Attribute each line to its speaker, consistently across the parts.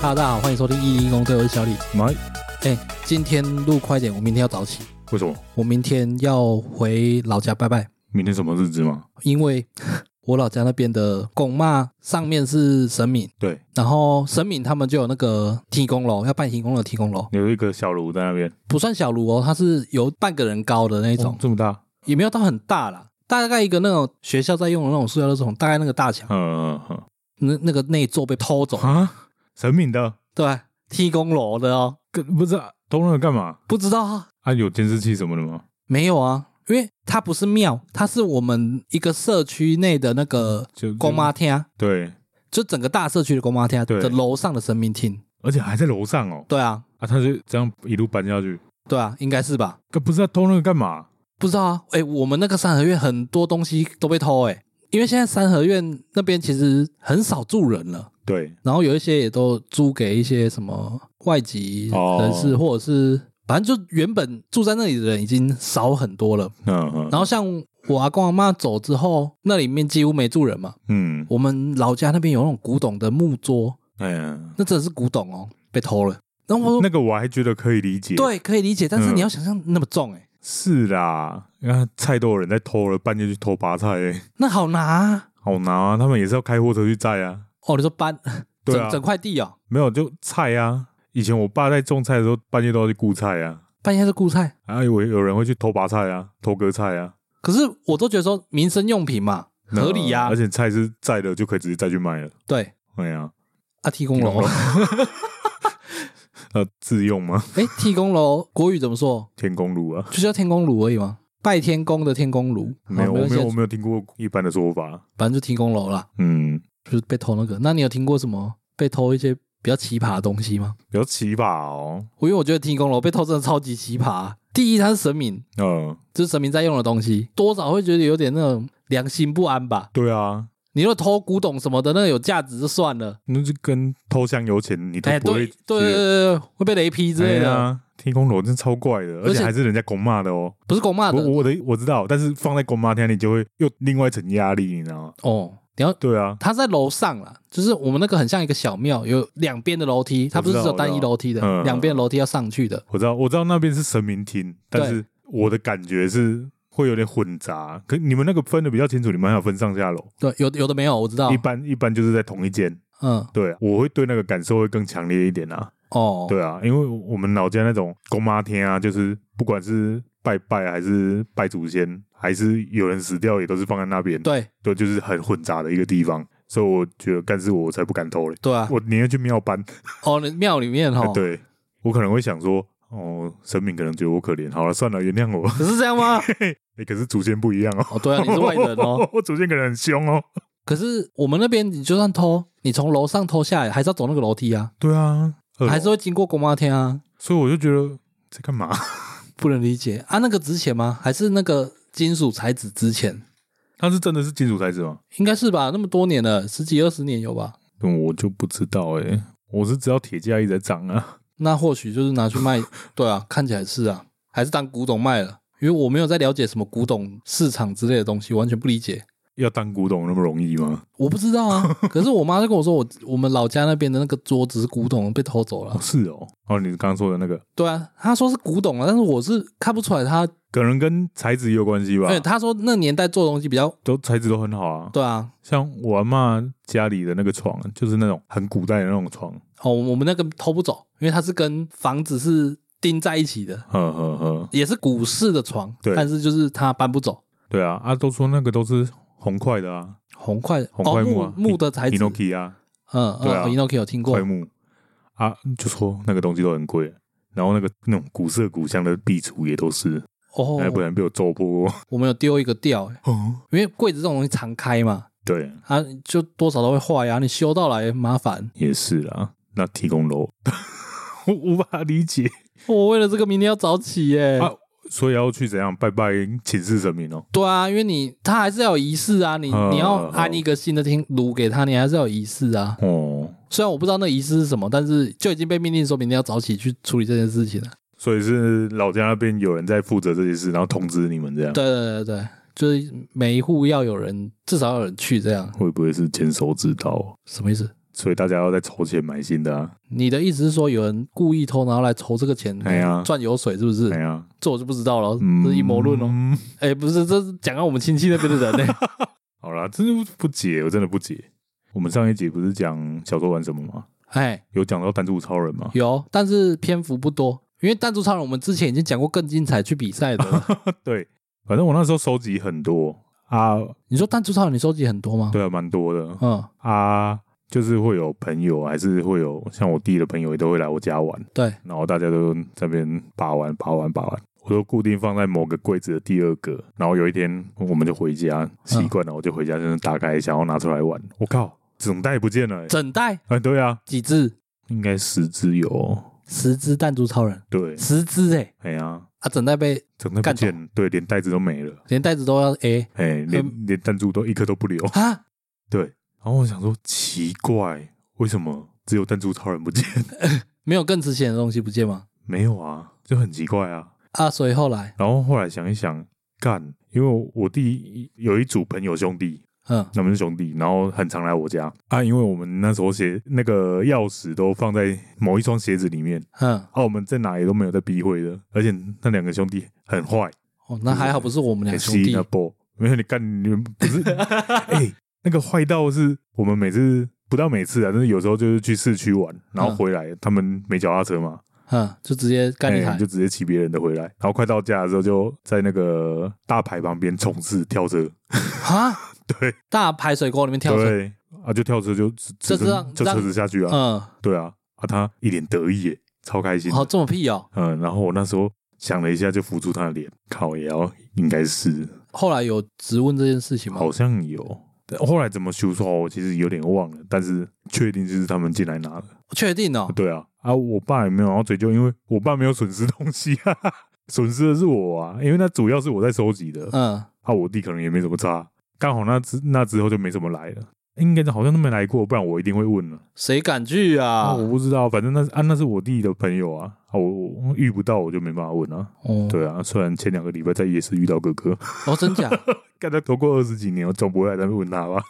Speaker 1: 哈，大家好，欢迎收听一一公队，我是小李。
Speaker 2: 妈，
Speaker 1: 哎，今天录快点，我明天要早起，
Speaker 2: 为什么？
Speaker 1: 我明天要回老家拜拜，
Speaker 2: 明天什么日子吗？
Speaker 1: 因为 我老家那边的拱骂上面是神明，
Speaker 2: 对，
Speaker 1: 然后神明他们就有那个提供楼，要办提供楼，提供楼
Speaker 2: 有一个小炉在那边，
Speaker 1: 不算小炉哦，它是有半个人高的那
Speaker 2: 哦
Speaker 1: 种，
Speaker 2: 这么大，
Speaker 1: 也没有到很大啦，大概一个那种学校在用的那种塑料垃圾桶，大概那个大小，
Speaker 2: 嗯嗯嗯
Speaker 1: 那那个内座被偷走，
Speaker 2: 啊，神明的，
Speaker 1: 对吧，提供楼的哦，
Speaker 2: 跟不是啊偷那个干嘛？
Speaker 1: 不知道啊，
Speaker 2: 啊，有监视器什么的吗？
Speaker 1: 没有啊，因为它不是庙，它是我们一个社区内的那个
Speaker 2: 就
Speaker 1: 公妈厅，啊
Speaker 2: 对，
Speaker 1: 就整个大社区的公妈厅啊
Speaker 2: 对
Speaker 1: 的楼上的神明厅。
Speaker 2: 而且还在楼上哦，
Speaker 1: 对啊，
Speaker 2: 啊，他就这样一路搬下去，
Speaker 1: 对啊，应该是吧？
Speaker 2: 可不知道偷那个干嘛？
Speaker 1: 不知道啊，哎，我们那个三合院很多东西都被偷哎、因为现在三合院那边其实很少住人了，
Speaker 2: 对，
Speaker 1: 然后有一些也都租给一些什么外籍
Speaker 2: 哦
Speaker 1: 人士，或者是反正就原本住在那里的人已经少很多了。
Speaker 2: 嗯嗯，
Speaker 1: 然后像我阿公阿妈走之后，那里面几乎没住人嘛，
Speaker 2: 嗯，
Speaker 1: 我们老家那边有那种古董的木桌，
Speaker 2: 哎呀，
Speaker 1: 那真的是古董哦，被偷了。然后我说，
Speaker 2: 那个我还觉得可以理解，，
Speaker 1: 对，可以理解，但是
Speaker 2: 嗯
Speaker 1: 你要想象那么重、欸，哎，
Speaker 2: 是啦，你看菜都有人在偷了，半夜去偷拔菜、欸，
Speaker 1: 那好拿、啊、
Speaker 2: 好难啊，他们也是要开货车去载啊，
Speaker 1: 哦。你说搬、
Speaker 2: 对
Speaker 1: 整
Speaker 2: 啊，
Speaker 1: 整块地哦，
Speaker 2: 没有，就菜啊。以前我爸在种菜的时候，半夜都要去雇菜啊，
Speaker 1: 半夜是雇菜，
Speaker 2: 啊，有有人会去偷拔菜啊，偷割菜啊，
Speaker 1: 可是我都觉得说民生用品嘛，合理啊呀、
Speaker 2: 那嗯而且菜是在的，就可以直接再去卖了。
Speaker 1: 对，
Speaker 2: 哎呀，
Speaker 1: 啊，提供 楼，
Speaker 2: 呃，自用吗？
Speaker 1: 哎，提供楼国语怎么说？
Speaker 2: 天公炉啊，
Speaker 1: 就叫天公炉而已吗？拜天公的天公炉，
Speaker 2: 没有，
Speaker 1: 好
Speaker 2: 我没有，
Speaker 1: 关
Speaker 2: 我
Speaker 1: 系
Speaker 2: 没有听过一般的说法。
Speaker 1: 反正就提供楼啦，
Speaker 2: 嗯，
Speaker 1: 就是被偷那个。那你有听过什么被偷一些比较奇葩的东西吗？
Speaker 2: 比较奇葩哦。
Speaker 1: 我因为我觉得提供楼被偷真的超级奇葩、第一，它是神明，
Speaker 2: 嗯，
Speaker 1: 就是神明在用的东西，多少会觉得有点那种良心不安吧。
Speaker 2: 对啊，
Speaker 1: 你若偷古董什么的，那个有价值就算了，
Speaker 2: 那就跟偷香油钱，你都
Speaker 1: 哎，
Speaker 2: 不会
Speaker 1: 对对对对，会被雷劈之类
Speaker 2: 对
Speaker 1: 的，
Speaker 2: 啊，天公炉真超怪的，而
Speaker 1: 而且
Speaker 2: 且还是人家公骂的哦。
Speaker 1: 不是狗骂
Speaker 2: 我
Speaker 1: 的
Speaker 2: 我的我知道，但是放在公骂天，你就会又另外一层压力，你知道吗？
Speaker 1: 哦。你要
Speaker 2: 对啊，
Speaker 1: 它在楼上啦，就是我们那个很像一个小庙，有两边的楼梯，它不是只有单一楼梯
Speaker 2: 我知道
Speaker 1: 的，
Speaker 2: 嗯
Speaker 1: 两边楼梯要上去的。
Speaker 2: 我知道，我知道那边是神明厅，但
Speaker 1: 对
Speaker 2: 是我的感觉是会有点混杂。可你们那个分的比较清楚，你们还有分上下楼，
Speaker 1: 对，有有的没有，我知道
Speaker 2: 一。般一般就是在同一间。
Speaker 1: 嗯，
Speaker 2: 对啊，我会对那个感受会更强烈一点啊。
Speaker 1: 哦，
Speaker 2: 对啊，因为我们老家那种公妈天啊，就是不管是拜拜还是拜祖先，还是有人死掉，也都是放在那边。
Speaker 1: 对
Speaker 2: 对，就是很混杂的一个地方，所以我觉得，但是我才不敢偷嘞，
Speaker 1: 对啊，
Speaker 2: 我宁愿去庙搬。
Speaker 1: 哦，你庙里面哦，
Speaker 2: 对我可能会想说，哦，神明可能觉得我可怜，好了，算了，原谅我。
Speaker 1: 可是这样吗？
Speaker 2: 欸，可是祖先不一样哦。
Speaker 1: 哦，对啊，你是外人哦。，
Speaker 2: 我 祖先可能很凶哦。
Speaker 1: 可是我们那边，你就算偷，你从楼上偷下来，还是要走那个楼梯啊。
Speaker 2: 对啊，二楼
Speaker 1: 还是会经过公妈天啊，
Speaker 2: 所以我就觉得在干 嘛？
Speaker 1: 不能理解啊，那个值钱吗？还是那个金属材质值钱？
Speaker 2: 他是真的是金属材质吗？
Speaker 1: 应该是吧，那么多年了，十几二十年有吧？
Speaker 2: 嗯，我就不知道哎、我是知道铁价一直在涨啊。
Speaker 1: 那或许就是拿去卖，对啊，看起来是啊，还是当古董卖了。因为我没有在了解什么古董市场之类的东西，完全不理解，
Speaker 2: 要当古董那么容易吗？
Speaker 1: 我不知道啊。可是我妈就跟我说，我我们老家那边的那个桌子是古董，被偷走了
Speaker 2: 哦，。是哦，哦，你刚刚说的那个，
Speaker 1: 对啊，她说是古董啊，但是我是看不出来她，
Speaker 2: 可能跟材质也有关系吧
Speaker 1: 因。为她说那年代做的东西比较，
Speaker 2: 都材质都很好啊，
Speaker 1: 对啊，
Speaker 2: 像我阿嬷家里的那个床，就是那种很古代的那种床，
Speaker 1: 哦，我们那个偷不走，因为它是跟房子是钉在一起的，
Speaker 2: 呵呵呵，
Speaker 1: 也是古式的床，
Speaker 2: 对
Speaker 1: 但是就是它搬不走。
Speaker 2: 对啊，啊，都说那个都是红块的啊
Speaker 1: 红块，
Speaker 2: 红块
Speaker 1: 哦、
Speaker 2: 木
Speaker 1: 木
Speaker 2: 啊
Speaker 1: 木的材质，嗯
Speaker 2: ，Inoki 啊，
Speaker 1: 嗯
Speaker 2: 对啊
Speaker 1: i n o k i 有听过
Speaker 2: 块，木啊，就说那个东西都很贵，然后那个那种古色古香的壁橱也都是，
Speaker 1: 哦
Speaker 2: 哎、，不然被我揍破过。
Speaker 1: 我们有丢一个掉、欸
Speaker 2: 哦，
Speaker 1: 因为柜子这种东西常开嘛，
Speaker 2: 对，
Speaker 1: 啊，就多少都会坏啊呀、你修到来麻烦。
Speaker 2: 也是啦。那提供楼， 我无法理解，
Speaker 1: 哦我为了这个明天要早起欸耶、
Speaker 2: 啊所以要去怎样拜拜请示神明哦？
Speaker 1: 对啊，因为你它还是要有仪式啊，你
Speaker 2: 嗯
Speaker 1: 你要
Speaker 2: 嗯嗯
Speaker 1: 安一个新的天炉给他，你还是要有仪式啊。
Speaker 2: 哦，
Speaker 1: 虽然我不知道那仪式是什么，但是就已经被命令说明天要早起去处理这件事情了。
Speaker 2: 所以是老家那边有人在负责这些事，然后通知你们这样。
Speaker 1: 对对对对，就是每一户要有人，至少要有人去，这样
Speaker 2: 会不会是监守之道？
Speaker 1: 什么意思？
Speaker 2: 所以大家要再筹钱买新的啊。
Speaker 1: 你的意思是说有人故意偷，然后来筹这个钱，
Speaker 2: 哎呀
Speaker 1: 赚油水是不是？
Speaker 2: 哎呀，
Speaker 1: 这我就不知道了，
Speaker 2: 嗯，
Speaker 1: 这是阴谋论哦。
Speaker 2: 嗯
Speaker 1: 哎、不是，这是讲到我们亲戚那边的人 呢、
Speaker 2: 好啦，真的不解，我真的不解。我们上一集不是讲小时候玩什么吗？
Speaker 1: 哎，
Speaker 2: 有讲到弹珠超人吗？
Speaker 1: 有，但是篇幅不多，因为弹珠超人我们之前已经讲过更精彩去比赛的 了。
Speaker 2: 对，反正我那时候收集很多啊，
Speaker 1: 你说弹珠超人你收集很多吗？，
Speaker 2: 对啊，蛮多的
Speaker 1: 嗯，
Speaker 2: 啊，就是会有朋友，还是会有像我弟的朋友也都会来我家玩，
Speaker 1: 对，
Speaker 2: 然后大家都在那边把玩、把玩、把玩。我都固定放在某个柜子的第二格，然后有一天我们就回家，习惯了我就回家，就是打开想要拿出来玩。我靠，整袋不见了、欸！
Speaker 1: 整袋
Speaker 2: 哎，对啊，
Speaker 1: 几只？
Speaker 2: 应该十只有哦，
Speaker 1: 十只弹珠超人，
Speaker 2: 对，
Speaker 1: 十只哎、
Speaker 2: 哎呀、
Speaker 1: 啊，整袋被
Speaker 2: 整袋不
Speaker 1: 干
Speaker 2: 见了，对，连袋子都没了，
Speaker 1: 连袋子都要 A
Speaker 2: 哎、连连弹珠都一颗都不留。
Speaker 1: 啊，
Speaker 2: 然后我想说，奇怪，为什么只有弹珠超人不见？
Speaker 1: 没有更值钱的东西不见吗？
Speaker 2: 没有啊，就很奇怪啊。
Speaker 1: 啊，所以后来，
Speaker 2: 然后后来想一想，干，因为我弟有一组朋友兄弟，
Speaker 1: 嗯，
Speaker 2: 他们是兄弟，然后很常来我家啊，因为我们那时候鞋那个钥匙都放在某一双鞋子里面，
Speaker 1: 嗯，
Speaker 2: 啊，我们在哪里都没有在避讳的，而且那两个兄弟很坏，
Speaker 1: 哦，那还好不是我们
Speaker 2: 很
Speaker 1: 俩兄弟
Speaker 2: 那，波，没有你干你们 不是，哎、那个坏到是我们每次不到每次啊，但是有时候就是去市区玩，然后
Speaker 1: 嗯
Speaker 2: 回来、他们没脚踏车嘛，
Speaker 1: 嗯，就直接干你
Speaker 2: 哎
Speaker 1: 台
Speaker 2: 就，直接骑别人的回来，然后快到家的时候就在那个大排旁边冲刺跳车，
Speaker 1: 啊，
Speaker 2: 对
Speaker 1: 大排水沟里面跳水，
Speaker 2: 对啊，就跳车就只
Speaker 1: 这
Speaker 2: 只
Speaker 1: 是让
Speaker 2: 剩就车子下去啊，
Speaker 1: 嗯，
Speaker 2: 对啊，啊他一脸得意耶，超开心的，
Speaker 1: 好，这么屁哦。
Speaker 2: 嗯，然后我那时候想了一下就浮出他的脸，靠也要应该是
Speaker 1: 后来有质问这件事情吗？
Speaker 2: 好像有。但后来怎么修说，我其实有点忘了，但是确定就是他们进来拿的。
Speaker 1: 确定哦，
Speaker 2: 对啊，啊，我爸也没有要追究，因为我爸没有损失东西啊， 损失的是我啊，因为那主要是我在收集的，
Speaker 1: 嗯，
Speaker 2: 啊，我弟可能也没怎么差，刚好那之那之后就没怎么来了，应该好像都没来过，不然我一定会问了。
Speaker 1: 谁敢去
Speaker 2: 啊，
Speaker 1: 啊？
Speaker 2: 我不知道，反正那是啊，那是我弟的朋友啊，啊，我我遇不到我就没办法问啊。
Speaker 1: 哦，
Speaker 2: 对啊，虽然前两个礼拜在夜市遇到哥 哥，
Speaker 1: 哦，真假？
Speaker 2: 跟他都过二十几年，我总不会还在那边问他吧？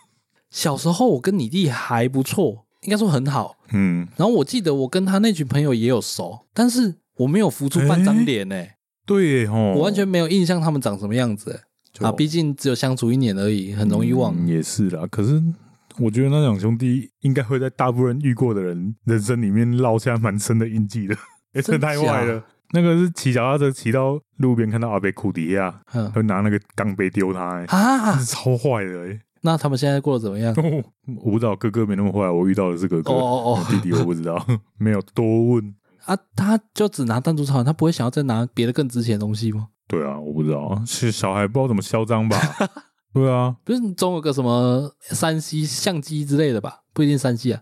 Speaker 1: 小时候我跟你弟还不错，应该说很好。
Speaker 2: 嗯，
Speaker 1: 然后我记得我跟他那群朋友也有熟，但是我没有浮出半张脸呢、
Speaker 2: 对哦，
Speaker 1: 我完全没有印象他们长什么样子、欸
Speaker 2: 就
Speaker 1: 啊，毕竟只有相处一年而已，很容易忘。
Speaker 2: 哦嗯也是啦，可是我觉得那两兄弟应该会在大部分遇过的人人生里面落下蛮深的印记的， 也是
Speaker 1: 真假
Speaker 2: 太坏了。那个是骑脚踏车骑到路边看到阿贝库迪亚，
Speaker 1: 嗯
Speaker 2: 他拿那个钢杯丢他、欸，
Speaker 1: 啊
Speaker 2: 是，超坏的、 欸。
Speaker 1: 那他们现在过得怎么 样？
Speaker 2: 我不知道哥哥没那么坏，我遇到的是哥
Speaker 1: 哦
Speaker 2: 哥，
Speaker 1: 哦
Speaker 2: 弟弟我不知道， 没有多问。
Speaker 1: 哦啊，他就只拿弹珠超人，他不会想要再拿别的更值钱的东西吗？
Speaker 2: 对啊，我不知道，是小孩不知道怎么嚣 张吧？对啊，
Speaker 1: 不是总有个什么三 C 相机之类的吧？不一定三 C 啊，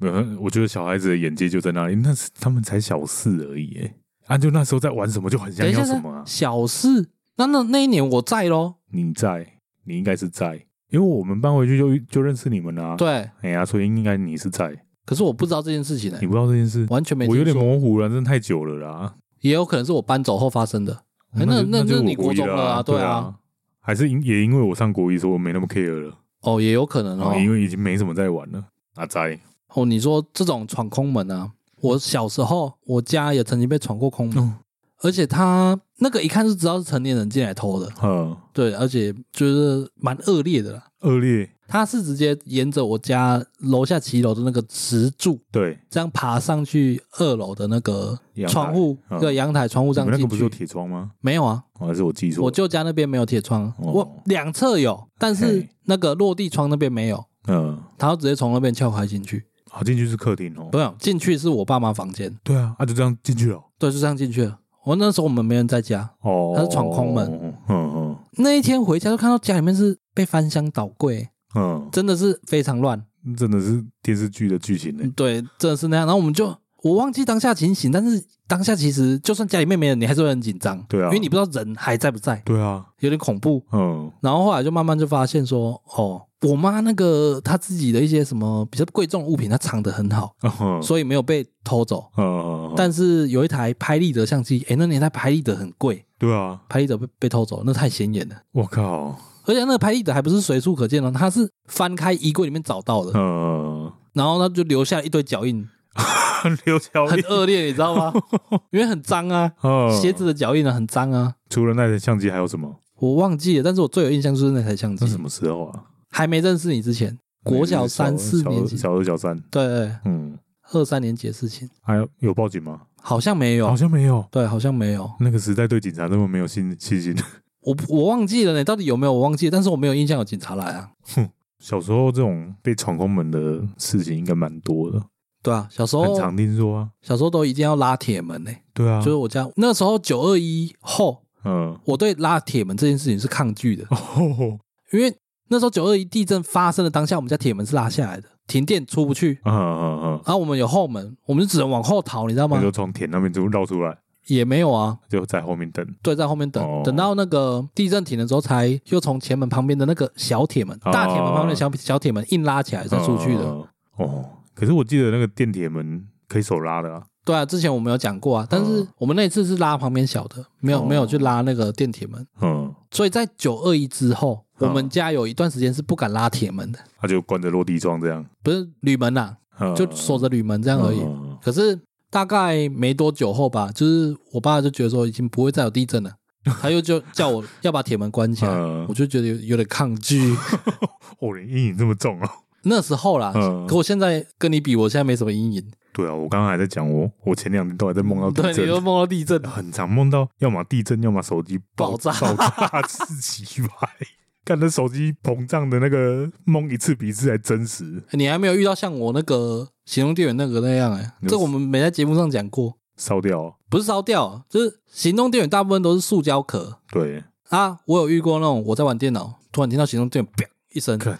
Speaker 2: 呃，我觉得小孩子的眼界就在那里，那是他们才小四而已、欸。啊，就那时候在玩什么，就很想
Speaker 1: 等一
Speaker 2: 要
Speaker 1: 下，
Speaker 2: 什么、啊。
Speaker 1: 小事。那那那一年我在喽，
Speaker 2: 你在，你应该是在，因为我们搬回去就就认识你们啦、啊。，
Speaker 1: 对，
Speaker 2: 哎呀，所以应该你是在，
Speaker 1: 可是我不知道这件事情呢、
Speaker 2: 你不知道这件事，
Speaker 1: 完全没
Speaker 2: 我有
Speaker 1: 听说，
Speaker 2: 点模糊了，真的太久了啦。
Speaker 1: 也有可能是我搬走后发生的。哎那
Speaker 2: 那
Speaker 1: 那那
Speaker 2: 就是
Speaker 1: 你
Speaker 2: 我
Speaker 1: 国
Speaker 2: 一
Speaker 1: 中
Speaker 2: 了
Speaker 1: 了啊对
Speaker 2: 对
Speaker 1: 啊，
Speaker 2: 还是因也因为我上国一，所以我没那么 care 了，
Speaker 1: 哦，也有可能哦
Speaker 2: 啊，。因为已经没怎么在玩了。阿在，
Speaker 1: 哦，你说这种闯空门啊？我小时候我家也曾经被闯过空门，
Speaker 2: 嗯
Speaker 1: 而且他那个一看就知道是成年人进来偷的，
Speaker 2: 呃，
Speaker 1: 对，而且就是蛮恶劣的啦。
Speaker 2: 恶劣，
Speaker 1: 他是直接沿着我家楼下骑楼的那个石柱，
Speaker 2: 对，
Speaker 1: 这样爬上去二楼的那个
Speaker 2: 阳台
Speaker 1: 窗户，
Speaker 2: 嗯
Speaker 1: 对，阳台窗户
Speaker 2: 你
Speaker 1: 这
Speaker 2: 们
Speaker 1: 样
Speaker 2: 那个
Speaker 1: 进
Speaker 2: 不是有
Speaker 1: 去。
Speaker 2: 铁窗吗？
Speaker 1: 没有啊，
Speaker 2: 哦还是我记错？
Speaker 1: 我舅家那边没有铁窗，
Speaker 2: 哦
Speaker 1: 我两侧有，但是
Speaker 2: 嘿
Speaker 1: 那个落地窗那边没有，
Speaker 2: 嗯，
Speaker 1: 他直接从那边撬开进去。
Speaker 2: 好进去是客厅哦。
Speaker 1: 不用进去是我爸妈房间，
Speaker 2: 对啊，啊就这样进去了。
Speaker 1: 对，就这样进去了。我那时候我们没人在家，
Speaker 2: 哦，
Speaker 1: 他是闯空门
Speaker 2: 嗯嗯
Speaker 1: 那一天回家就看到家里面是被翻箱倒柜，
Speaker 2: 嗯
Speaker 1: 真的是非常乱，
Speaker 2: 嗯，真的是电视剧的剧情呢、
Speaker 1: 对，真的是那样。然后我们就我忘记当下情形，但是当下其实就算家里面没人，你还是会很紧张，
Speaker 2: 对啊
Speaker 1: 因为你不知道人还在不在，
Speaker 2: 对啊，
Speaker 1: 有点恐怖。
Speaker 2: 嗯
Speaker 1: 然后后来就慢慢就发现说，哦，我妈那个她自己的一些什么比较贵重的物品，她藏得很好，
Speaker 2: 嗯，
Speaker 1: 所以没有被偷走。
Speaker 2: 嗯嗯，嗯
Speaker 1: 但是有一台拍立得相机，诶，那年代拍立得很贵，
Speaker 2: 对啊，
Speaker 1: 拍立得被被偷走，那太显眼了。
Speaker 2: 我靠，
Speaker 1: 而且那个拍立得还不是随处可见哦，它是翻开衣柜里面找到的。
Speaker 2: 嗯，
Speaker 1: 然后它就留下一堆脚印，
Speaker 2: 留脚
Speaker 1: 很
Speaker 2: 印，
Speaker 1: 恶劣，你知道 吗？因为很脏啊，
Speaker 2: 哦
Speaker 1: 鞋子的脚印啊很脏啊。
Speaker 2: 除了那台相机还有什么？
Speaker 1: 我忘记了，但是我最有印象就是那台相机
Speaker 2: 那，什么时候啊？
Speaker 1: 还没认识你之前，国小三四年级，
Speaker 2: 小二小三，
Speaker 1: 对对，
Speaker 2: 嗯，
Speaker 1: 二三年级的事情，
Speaker 2: 还有有报警吗？
Speaker 1: 好像没有
Speaker 2: 好，像没有。
Speaker 1: 对，好像没有，
Speaker 2: 那个时代对警察这么没有信信心。
Speaker 1: 我我忘记了呢，到底有没有我忘记了，但是我没有印象有警察来啊。
Speaker 2: 小时候这种被闯空门的事情应该蛮多的，
Speaker 1: 对啊，小时
Speaker 2: 很
Speaker 1: 候
Speaker 2: 常听说啊。
Speaker 1: 小时候都一定要拉铁门呢、
Speaker 2: 对啊
Speaker 1: 就，是我家那时候九二一后，
Speaker 2: 嗯，
Speaker 1: 我对拉铁门这件事情是抗拒 的，
Speaker 2: 哦，
Speaker 1: 因为那时候九二一地震发生的当下，我们家铁门是拉下来的，停电出不去，
Speaker 2: 嗯嗯嗯，
Speaker 1: 然后我们有后门，我们就只能往后逃，你知道吗
Speaker 2: 你？就从田那边就绕出来，
Speaker 1: 也没有啊，
Speaker 2: 就在后面等。
Speaker 1: 对，在后面等，
Speaker 2: 哦
Speaker 1: 等到那个地震停了之后，才又从前门旁边的那个小铁门、
Speaker 2: 哦
Speaker 1: 大铁门旁边的小小铁门硬拉起来再出去的。
Speaker 2: 嗯哦，可是我记得那个电铁门可以手拉的啊。
Speaker 1: 对啊，之前我们有讲过啊，但是我们那一次是拉旁边小的，没有、
Speaker 2: 哦
Speaker 1: 没有去拉那个电铁门，
Speaker 2: 嗯，
Speaker 1: 所以在九二一之后，我
Speaker 2: 嗯
Speaker 1: 们家有一段时间是不敢拉铁门的，
Speaker 2: 他就关着落地窗这样，
Speaker 1: 不是铝门啊呐、
Speaker 2: 嗯
Speaker 1: 就锁着铝门这样而已。
Speaker 2: 嗯
Speaker 1: 可是大概没多久后吧，就是我爸就觉得说已经不会再有地震了，他又就叫我要把铁门关起来，
Speaker 2: 嗯
Speaker 1: 我就觉得有有点抗拒。
Speaker 2: 哦，你阴影这么重啊？
Speaker 1: 那时候啦，
Speaker 2: 嗯
Speaker 1: 可我现在跟你比，我现在没什么阴影。
Speaker 2: 对啊，我刚刚还在讲我，我前两天都还在梦到哦
Speaker 1: 嗯
Speaker 2: 地
Speaker 1: 对，你
Speaker 2: 震，
Speaker 1: 又梦到地震，
Speaker 2: 很常梦到要么地震，要么手机
Speaker 1: 爆炸
Speaker 2: 炸， 爆炸自己来。 看那手机膨胀的那个梦，一次比一次还真实。
Speaker 1: 你还没有遇到像我那个行动电源那个那样哎、
Speaker 2: 有
Speaker 1: 这我们没在节目上讲过，
Speaker 2: 烧掉哦，
Speaker 1: 不是烧掉，啊就是行动电源大部分都是塑胶壳
Speaker 2: 对，
Speaker 1: 啊。我有遇过那种我在玩电脑，突然听到行动电源啪一声，
Speaker 2: 看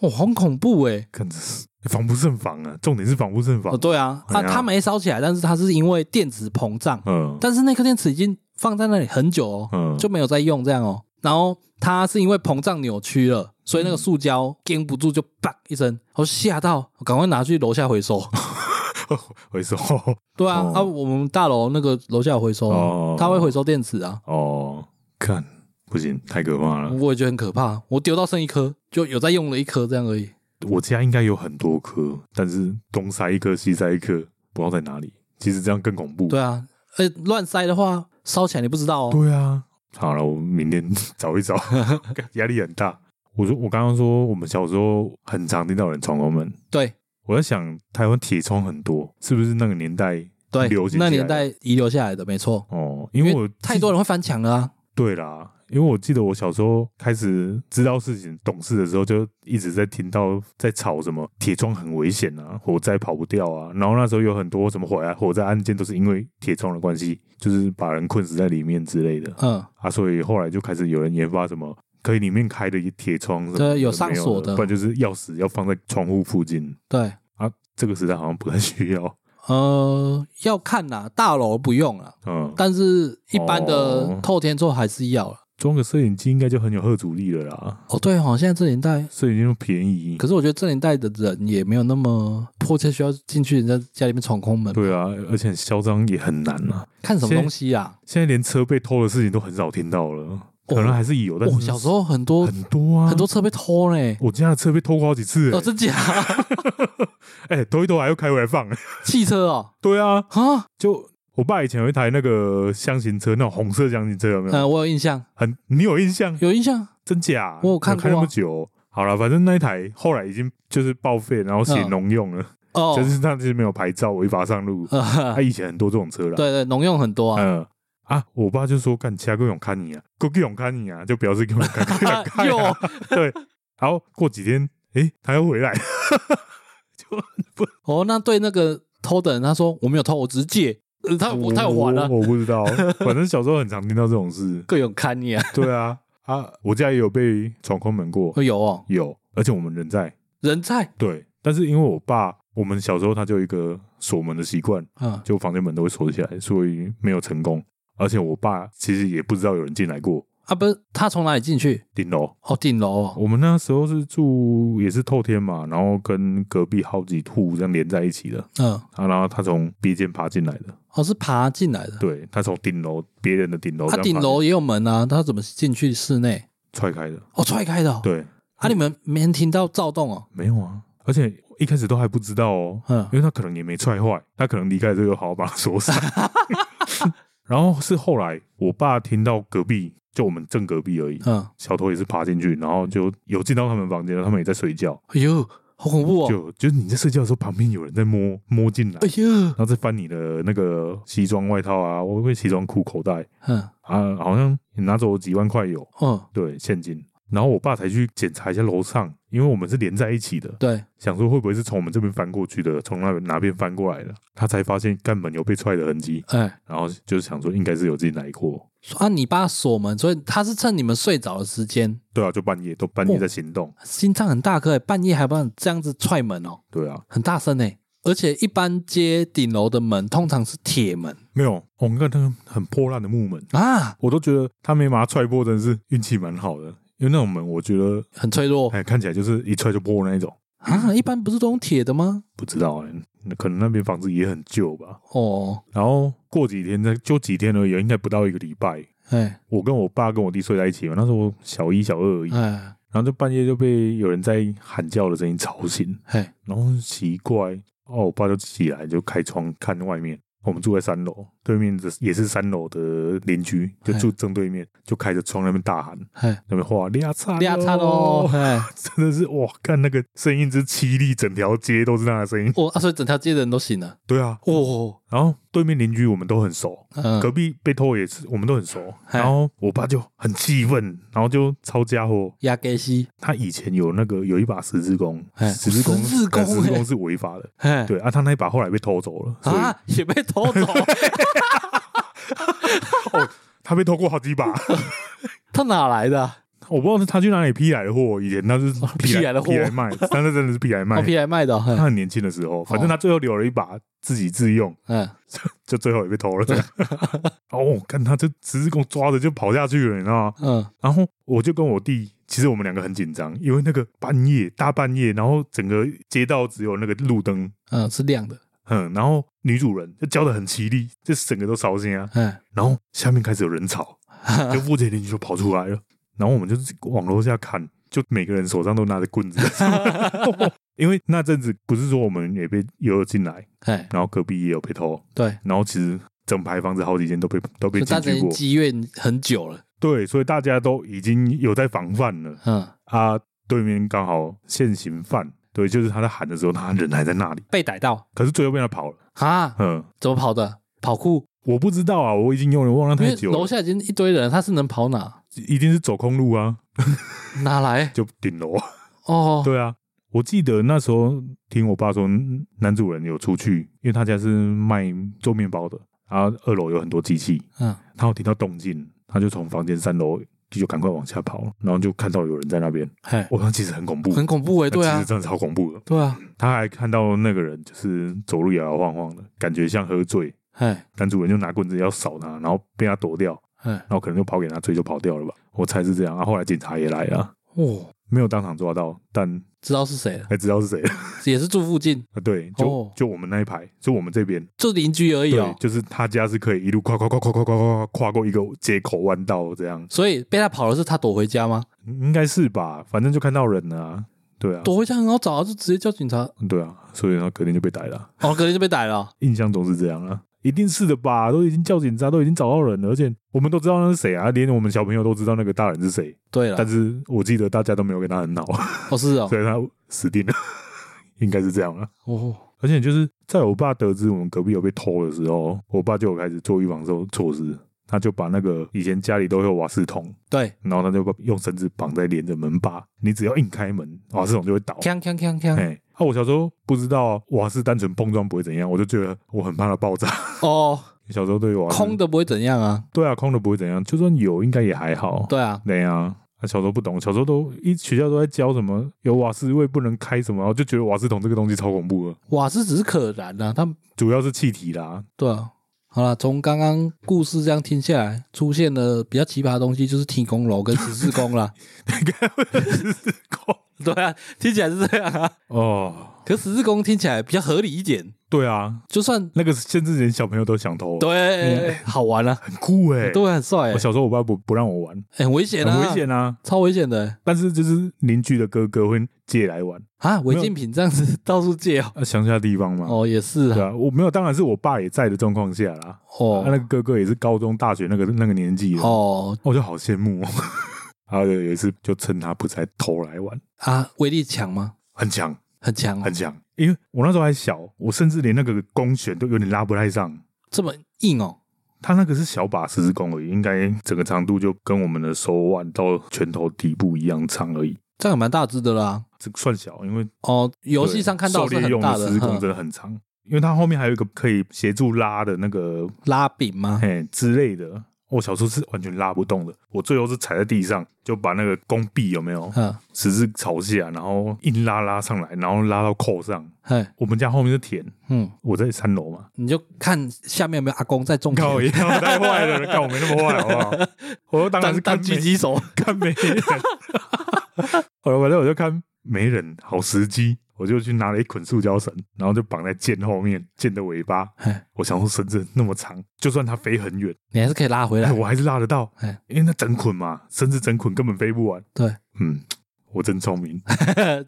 Speaker 1: 哦，好恐怖哎、
Speaker 2: 看这是防不胜防啊！重点是防不胜防
Speaker 1: 哦，。对啊，啊，
Speaker 2: 哎呀
Speaker 1: 它没烧起来，但是它是因为电子膨胀，
Speaker 2: 嗯，
Speaker 1: 但是那颗电池已经放在那里很久哦，
Speaker 2: 嗯
Speaker 1: 就没有在用这样哦。然后它是因为膨胀扭曲了，所
Speaker 2: 嗯
Speaker 1: 以那个塑胶顶不住就啪一声，我吓到，我赶快拿去楼下回收。
Speaker 2: 回收
Speaker 1: 对啊，
Speaker 2: 哦
Speaker 1: 啊，我们大楼那个楼下有回收啊
Speaker 2: 哦，
Speaker 1: 它会回收电池啊，
Speaker 2: 哦，看不行，太可怕了。
Speaker 1: 我也觉得很可怕。我丢到剩一颗，就有在用了一颗这样而已。
Speaker 2: 我家应该有很多颗，但是东塞一颗，西塞一颗，不知道在哪里。其实这样更恐怖。
Speaker 1: 对啊，呃，乱塞的话烧起来你不知道哦。
Speaker 2: 对啊，好了，我明天 找 一找，干压力很大。我说我刚刚说我们小时候很常听到有人闯空门，
Speaker 1: 对
Speaker 2: 我在想台湾铁窗很多，是不是那个年代
Speaker 1: 对
Speaker 2: 流行起来
Speaker 1: 那
Speaker 2: 的
Speaker 1: 年代遗留下来的没错，
Speaker 2: 哦？因为我记
Speaker 1: 太多人会翻墙了啊。
Speaker 2: 对啦，因为我记得我小时候开始知道事情、懂事的时候，就一直在听到在吵什么铁窗很危险啊，火灾跑不掉啊。然后那时候有很多什么火灾火灾案件都是因为铁窗的关系，就是把人困死在里面之类的
Speaker 1: 嗯，
Speaker 2: 啊。所以后来就开始有人研发什么可以里面开的铁窗什么的，
Speaker 1: 对有上锁的
Speaker 2: 没不然就是钥匙要放在窗户附近
Speaker 1: 对，
Speaker 2: 啊。这个时代好像不太需要，
Speaker 1: 呃，要看啦，大楼不用啦，
Speaker 2: 嗯，
Speaker 1: 但是一般的
Speaker 2: 哦
Speaker 1: 透天厝还是要啦。
Speaker 2: 装个摄影机应该就很有吓阻力了啦。
Speaker 1: 哦，对哦，现在这年代，
Speaker 2: 摄影机又便宜，
Speaker 1: 可是我觉得这年代的人也没有那么迫切需要进去人家家里面闯空门，
Speaker 2: 对啊，而且嚣张也很难啊。
Speaker 1: 看什么
Speaker 2: 现在
Speaker 1: 东西啊？
Speaker 2: 现在连车被偷的事情都很少听到了，可能还是有，但
Speaker 1: 我、哦
Speaker 2: 是
Speaker 1: 小时候很多
Speaker 2: 很多啊，
Speaker 1: 很多。车被偷嘞、
Speaker 2: 我家的车被偷过好几次、
Speaker 1: 哦，
Speaker 2: 欸，
Speaker 1: 真假？
Speaker 2: 哎、偷一偷还要开回来放、
Speaker 1: 汽车哦，
Speaker 2: 对啊，
Speaker 1: 啊，
Speaker 2: 就我爸以前有一台那个箱型车，那种红色箱型车有没有？
Speaker 1: 呃，我有印象，
Speaker 2: 很，你有印象？
Speaker 1: 有印象，
Speaker 2: 真假？
Speaker 1: 我有看过啊
Speaker 2: 开那么久。好了，反正那一台后来已经就是报废，然后写农用了，
Speaker 1: 嗯哦，
Speaker 2: 就是他就是没有牌照，违法上路。
Speaker 1: 呃
Speaker 2: 他以前很多这种车啦，
Speaker 1: 对对，农用很多啊，
Speaker 2: 嗯啊，我爸就说干其他各种看你啊，各种看你啊，就表示给我看，给我 看、
Speaker 1: 哟、
Speaker 2: 啊。对，然后过几天，诶、他又回来，
Speaker 1: 哦，那对那个偷的人，他说我没有偷，我只是借，呃他
Speaker 2: 哦
Speaker 1: 我他有还啊，
Speaker 2: 我我不知道，反正小时候很常听到这种事。
Speaker 1: 各有看你啊，
Speaker 2: 对啊，啊，我家也有被闯空门过，
Speaker 1: 有 哦，
Speaker 2: 有，而且我们人在，
Speaker 1: 人在，
Speaker 2: 对，但是因为我爸，我们小时候他就有一个锁门的习惯，
Speaker 1: 嗯，
Speaker 2: 就房间门都会锁起来，所以没有成功。而且我爸其实也不知道有人进来过
Speaker 1: 啊，不是他从哪里进去？
Speaker 2: 顶楼，
Speaker 1: 哦，顶楼哦，
Speaker 2: 我们那时候是住也是透天嘛，然后跟隔壁好几户这样连在一起的
Speaker 1: 嗯，
Speaker 2: 啊，然后他从别间爬进来的，
Speaker 1: 哦是爬进来的，
Speaker 2: 对他从顶楼别人的顶楼这
Speaker 1: 他
Speaker 2: 样爬进，
Speaker 1: 顶楼也有门啊，他怎么进去室内？
Speaker 2: 踹开的，
Speaker 1: 哦，踹开的、哦，
Speaker 2: 对，
Speaker 1: 啊，你们没人听到躁动哦，
Speaker 2: 没有啊，而且一开始都还不知道哦，
Speaker 1: 嗯
Speaker 2: 因为他可能也没踹坏，他可能离开之后好好把它 锁上。然后是后来我爸听到隔壁，就我们正隔壁而已，
Speaker 1: 嗯，
Speaker 2: 小偷也是爬进去，然后就有进到他们房间了，他们也在睡觉，
Speaker 1: 哎呦，好恐怖哦！
Speaker 2: 就就是你在睡觉的时候，旁边有人在摸摸进来，
Speaker 1: 哎呦
Speaker 2: 然，后再翻你的那个西装外套啊，我会西装裤口袋
Speaker 1: 嗯，
Speaker 2: 啊，好像你拿走我几万块有，
Speaker 1: 哦，
Speaker 2: 对，现金。然后我爸才去检查一下楼上，因为我们是连在一起的，
Speaker 1: 对，
Speaker 2: 想说会不会是从我们这边翻过去的，从那边哪边翻过来的，他才发现干门有被踹的痕迹，
Speaker 1: 哎，
Speaker 2: 然后就是想说应该是有进来过，
Speaker 1: 啊，你爸锁门，所以他是趁你们睡着的时间，
Speaker 2: 对啊，就半夜都半夜在行动，
Speaker 1: 心脏很大颗，半夜还不能这样子踹门哦，
Speaker 2: 对啊，
Speaker 1: 很大声哎。而且一般接顶楼的门通常是铁门
Speaker 2: 没有，我们看那个很破烂的木门，
Speaker 1: 啊，
Speaker 2: 我都觉得他没把它踹破，真的是运气蛮好的，因为那种门我觉得
Speaker 1: 很脆弱哦
Speaker 2: 哎看起来就是一踹就破那一种，
Speaker 1: 啊。一般不是都用铁的吗？
Speaker 2: 不知道哎、那可能那边房子也很旧吧，
Speaker 1: 哦，
Speaker 2: 然后过几天再就几天而已，应该不到一个礼拜，
Speaker 1: 哎
Speaker 2: 我跟我爸跟我弟睡在一起嘛，那时候我小一小二而已，
Speaker 1: 哎
Speaker 2: 然后就半夜就被有人在喊叫的声音吵醒，
Speaker 1: 哎，
Speaker 2: 然后奇怪，哦，我爸就起来就开窗看外面。我们住在三楼，对面的也是三楼的邻居，就住正对面，就开着窗那边大喊，
Speaker 1: 哎，
Speaker 2: 那边哇俩叉
Speaker 1: 俩叉喽，，哎，
Speaker 2: 真的是哇，看那个声音之凄厉，整条街都是那个声音。
Speaker 1: 我啊，所以整条街的人都醒了。
Speaker 2: 对啊，
Speaker 1: 哦，
Speaker 2: 然后对面邻居我们都很熟，
Speaker 1: 嗯
Speaker 2: 隔，壁被偷也是我们都很熟。
Speaker 1: 嗨
Speaker 2: 然后我爸就很气愤，然后就抄家伙，
Speaker 1: 亚盖西，
Speaker 2: 他以前有那个有一把十字弓，
Speaker 1: 哎
Speaker 2: 十字弓，
Speaker 1: 十字弓
Speaker 2: 哎十字
Speaker 1: 哎
Speaker 2: 弓是违法的。
Speaker 1: 哎，
Speaker 2: 对啊，他那一把后来被偷走了，所以
Speaker 1: 啊，也被偷 走，
Speaker 2: 他被偷过好几把，
Speaker 1: 他哪来的啊？
Speaker 2: 我不知道他去哪里批来的货，以前他是
Speaker 1: 批哦来的货
Speaker 2: 批来 卖，但是真的是批来卖
Speaker 1: 哦，。皮来卖的哦，
Speaker 2: 他
Speaker 1: 嘿
Speaker 2: 很年轻的时候，反正他最后留了一把自己自用，
Speaker 1: 嗯，
Speaker 2: 就最后也被偷了。 哦，看他这十字弓抓着就跑下去了，你知道吗？
Speaker 1: 嗯，
Speaker 2: 然后我就跟我弟，其实我们两个很紧张，因为那个半夜大半夜，然后整个街道只有那个路灯，
Speaker 1: 嗯，是亮的，
Speaker 2: 嗯，然后女主人就叫的很凄厉，这整个都烧心啊。
Speaker 1: 嗯，
Speaker 2: 然后下面开始有人吵， 就附近邻居就跑出来了，然后我们就往楼下看，就每个人手上都拿着棍子， 因为那阵子不是说我们也被也有进来，
Speaker 1: 哎，
Speaker 2: 然后隔壁也有被偷，
Speaker 1: 对，
Speaker 2: 然后其实整排房子好几间都被都被
Speaker 1: 就
Speaker 2: 进
Speaker 1: 大家已
Speaker 2: 去过
Speaker 1: 经，积怨很久了，
Speaker 2: 对，所以大家都已经有在防范了。
Speaker 1: 嗯，
Speaker 2: 啊，对面刚好现行犯，对，就是他在喊的时候，他人还在那里，
Speaker 1: 被逮到
Speaker 2: 可是最后被他跑了。
Speaker 1: 啊？
Speaker 2: 嗯，
Speaker 1: 怎么跑的？跑酷？
Speaker 2: 我不知道啊，我已经有点忘了
Speaker 1: 因
Speaker 2: 太
Speaker 1: 为
Speaker 2: 久
Speaker 1: 楼
Speaker 2: 了，
Speaker 1: 下已经一堆人，他是能跑哪？
Speaker 2: 一定是走空路啊，
Speaker 1: 哪来？
Speaker 2: 就顶楼。
Speaker 1: 哦，
Speaker 2: 对啊，我记得那时候听我爸说，嗯男主人有出去，因为他家是卖做面包的，然后二楼有很多机器，
Speaker 1: 嗯，
Speaker 2: 他有听到动静，他就从房间三楼就赶快往下跑，然后就看到有人在那边，
Speaker 1: 嘿，
Speaker 2: 哇，那其实很恐怖，
Speaker 1: 很恐怖哎，对
Speaker 2: 那其
Speaker 1: 啊
Speaker 2: 实，真的超恐怖的。
Speaker 1: 对啊，
Speaker 2: 他还看到那个人就是走路摇摇晃晃的，感觉像喝醉。
Speaker 1: 嘿，
Speaker 2: 男主人就拿棍子要扫他，然后被他躲掉，
Speaker 1: 嘿，
Speaker 2: 然后可能就跑给他追，就跑掉了吧。我猜是这样。啊，后来警察也来了，
Speaker 1: 哦，
Speaker 2: 没有当场抓到，但
Speaker 1: 知道是谁了，
Speaker 2: 还知道是谁了。
Speaker 1: 也是住附近，
Speaker 2: 啊对，就、
Speaker 1: 哦
Speaker 2: 就我们那一排，就我们这边，
Speaker 1: 就邻居而已
Speaker 2: 对，
Speaker 1: 哦。
Speaker 2: 就是他家是可以一路跨跨跨跨跨跨跨跨过一个街口弯道这样，嗯
Speaker 1: 所以被他跑的是他躲回家吗？
Speaker 2: 应该是吧？反正就看到人了、啊，对啊，
Speaker 1: 躲回家很好找啊，就直接叫警察，
Speaker 2: 对啊，所以他隔天就被逮了啊。
Speaker 1: 哦，隔天就被逮了哦。
Speaker 2: 印象中是这样啊，一定是的吧？都已经叫警察，都已经找到人了，而且我们都知道那是谁啊，连我们小朋友都知道那个大人是谁。
Speaker 1: 对啊了
Speaker 2: 但，是我记得大家都没有跟他很好，
Speaker 1: 哦是哦，
Speaker 2: 所以他死定了， 应该是这样啊。
Speaker 1: 哦，
Speaker 2: 而且就是在我爸得知我们隔壁有被偷的时候，我爸就有开始做预防措措施，他就把那个以前家里都会有瓦斯桶，
Speaker 1: 对，
Speaker 2: 然后他就把用绳子绑在连着门把，你只要硬开门，瓦斯桶就会倒。
Speaker 1: 锵锵锵锵，
Speaker 2: 哎，啊，我小时候不知道啊瓦斯单纯碰撞不会怎样，我就觉得我很怕它爆炸。
Speaker 1: 哦，
Speaker 2: 小时候对于瓦斯
Speaker 1: 空的不会怎样啊，
Speaker 2: 对啊，空的不会怎样，就算有应该也还好。
Speaker 1: 对啊，
Speaker 2: 对啊，那小时候不懂，小时候都一学校都在教什么有瓦斯位不能开什么，然后就觉得瓦斯桶这个东西超恐怖的，
Speaker 1: 瓦斯只是可燃啊，他们
Speaker 2: 主要是气体啦。
Speaker 1: 对啊。好了，从刚刚故事这样听下来，出 现了比较奇葩的东西，就是提供楼跟十字弓啦。
Speaker 2: 十字弓
Speaker 1: 对啊，听起来是这样啊。
Speaker 2: 哦，
Speaker 1: 可十字弓听起来比较合理一点，
Speaker 2: 对啊，
Speaker 1: 就算
Speaker 2: 那个甚至连小朋友都想偷，，
Speaker 1: 对好玩啊，
Speaker 2: 很酷哎、
Speaker 1: 对，很帅欸
Speaker 2: 我，小时候我爸不不让我玩，
Speaker 1: 很危险
Speaker 2: 很
Speaker 1: 啊，
Speaker 2: 危，险啊。
Speaker 1: 超危险的欸
Speaker 2: 但是就是邻居的哥哥会借来玩，
Speaker 1: 啊！违禁品这样子到处借哦，
Speaker 2: 啊，乡下地方嘛，
Speaker 1: 哦也是
Speaker 2: 对
Speaker 1: 啊，
Speaker 2: 啊，我没有，当然是我爸也在的状况下啦。他、那
Speaker 1: 哦
Speaker 2: 个哥哥也是高中、大学那个那个年纪的，哦，
Speaker 1: 哦
Speaker 2: 我就好羡慕、哦。 然后有一次就趁他不在偷来玩，
Speaker 1: 啊，威力强吗？
Speaker 2: 很强
Speaker 1: 很强哦，
Speaker 2: 很强，嗯因为我那时候还小，我甚至连那个弓弦都有点拉不太上。
Speaker 1: 这么硬哦，
Speaker 2: 他那个是小把十字弓而已，应该整个长度就跟我们的手腕到拳头底部一样长而已。
Speaker 1: 这样也蛮大只的啦。
Speaker 2: 这个算小，因为
Speaker 1: 哦，游戏上看到
Speaker 2: 狩
Speaker 1: 是
Speaker 2: 猎
Speaker 1: 很
Speaker 2: 用
Speaker 1: 大
Speaker 2: 的十字弓
Speaker 1: 哼
Speaker 2: 真的很长，因为它后面还有一个可以协助拉的那个
Speaker 1: 拉柄吗？
Speaker 2: 嘿之类的。我小时候是完全拉不动的，我最后是踩在地上，就把那个弓臂有没 有
Speaker 1: 嗯，
Speaker 2: 十字朝下，然后硬拉拉上来，然后拉到扣上。
Speaker 1: 嘿，
Speaker 2: 我们家后面是田，
Speaker 1: 嗯，
Speaker 2: 我在三楼嘛，
Speaker 1: 你就看下面有没有阿公在种
Speaker 2: 靠，
Speaker 1: 田，
Speaker 2: 也太坏了，靠，我没那么坏好不 好？我当然
Speaker 1: 当
Speaker 2: 是
Speaker 1: 当
Speaker 2: 看
Speaker 1: 狙
Speaker 2: 没
Speaker 1: 击手，
Speaker 2: 看没人， 好了，反正我就看没人，好时机，我就去拿了一捆塑胶绳，然后就绑在箭后面，箭的尾巴。
Speaker 1: 嘿，
Speaker 2: 我想说绳子那么长，就算它飞很远，
Speaker 1: 你还是可以拉回
Speaker 2: 哎，
Speaker 1: 来。
Speaker 2: 我还是拉得到
Speaker 1: 哎，
Speaker 2: 因为那整捆嘛，甚至整捆根本飞不完。
Speaker 1: 对，啊
Speaker 2: 嗯，我真聪明，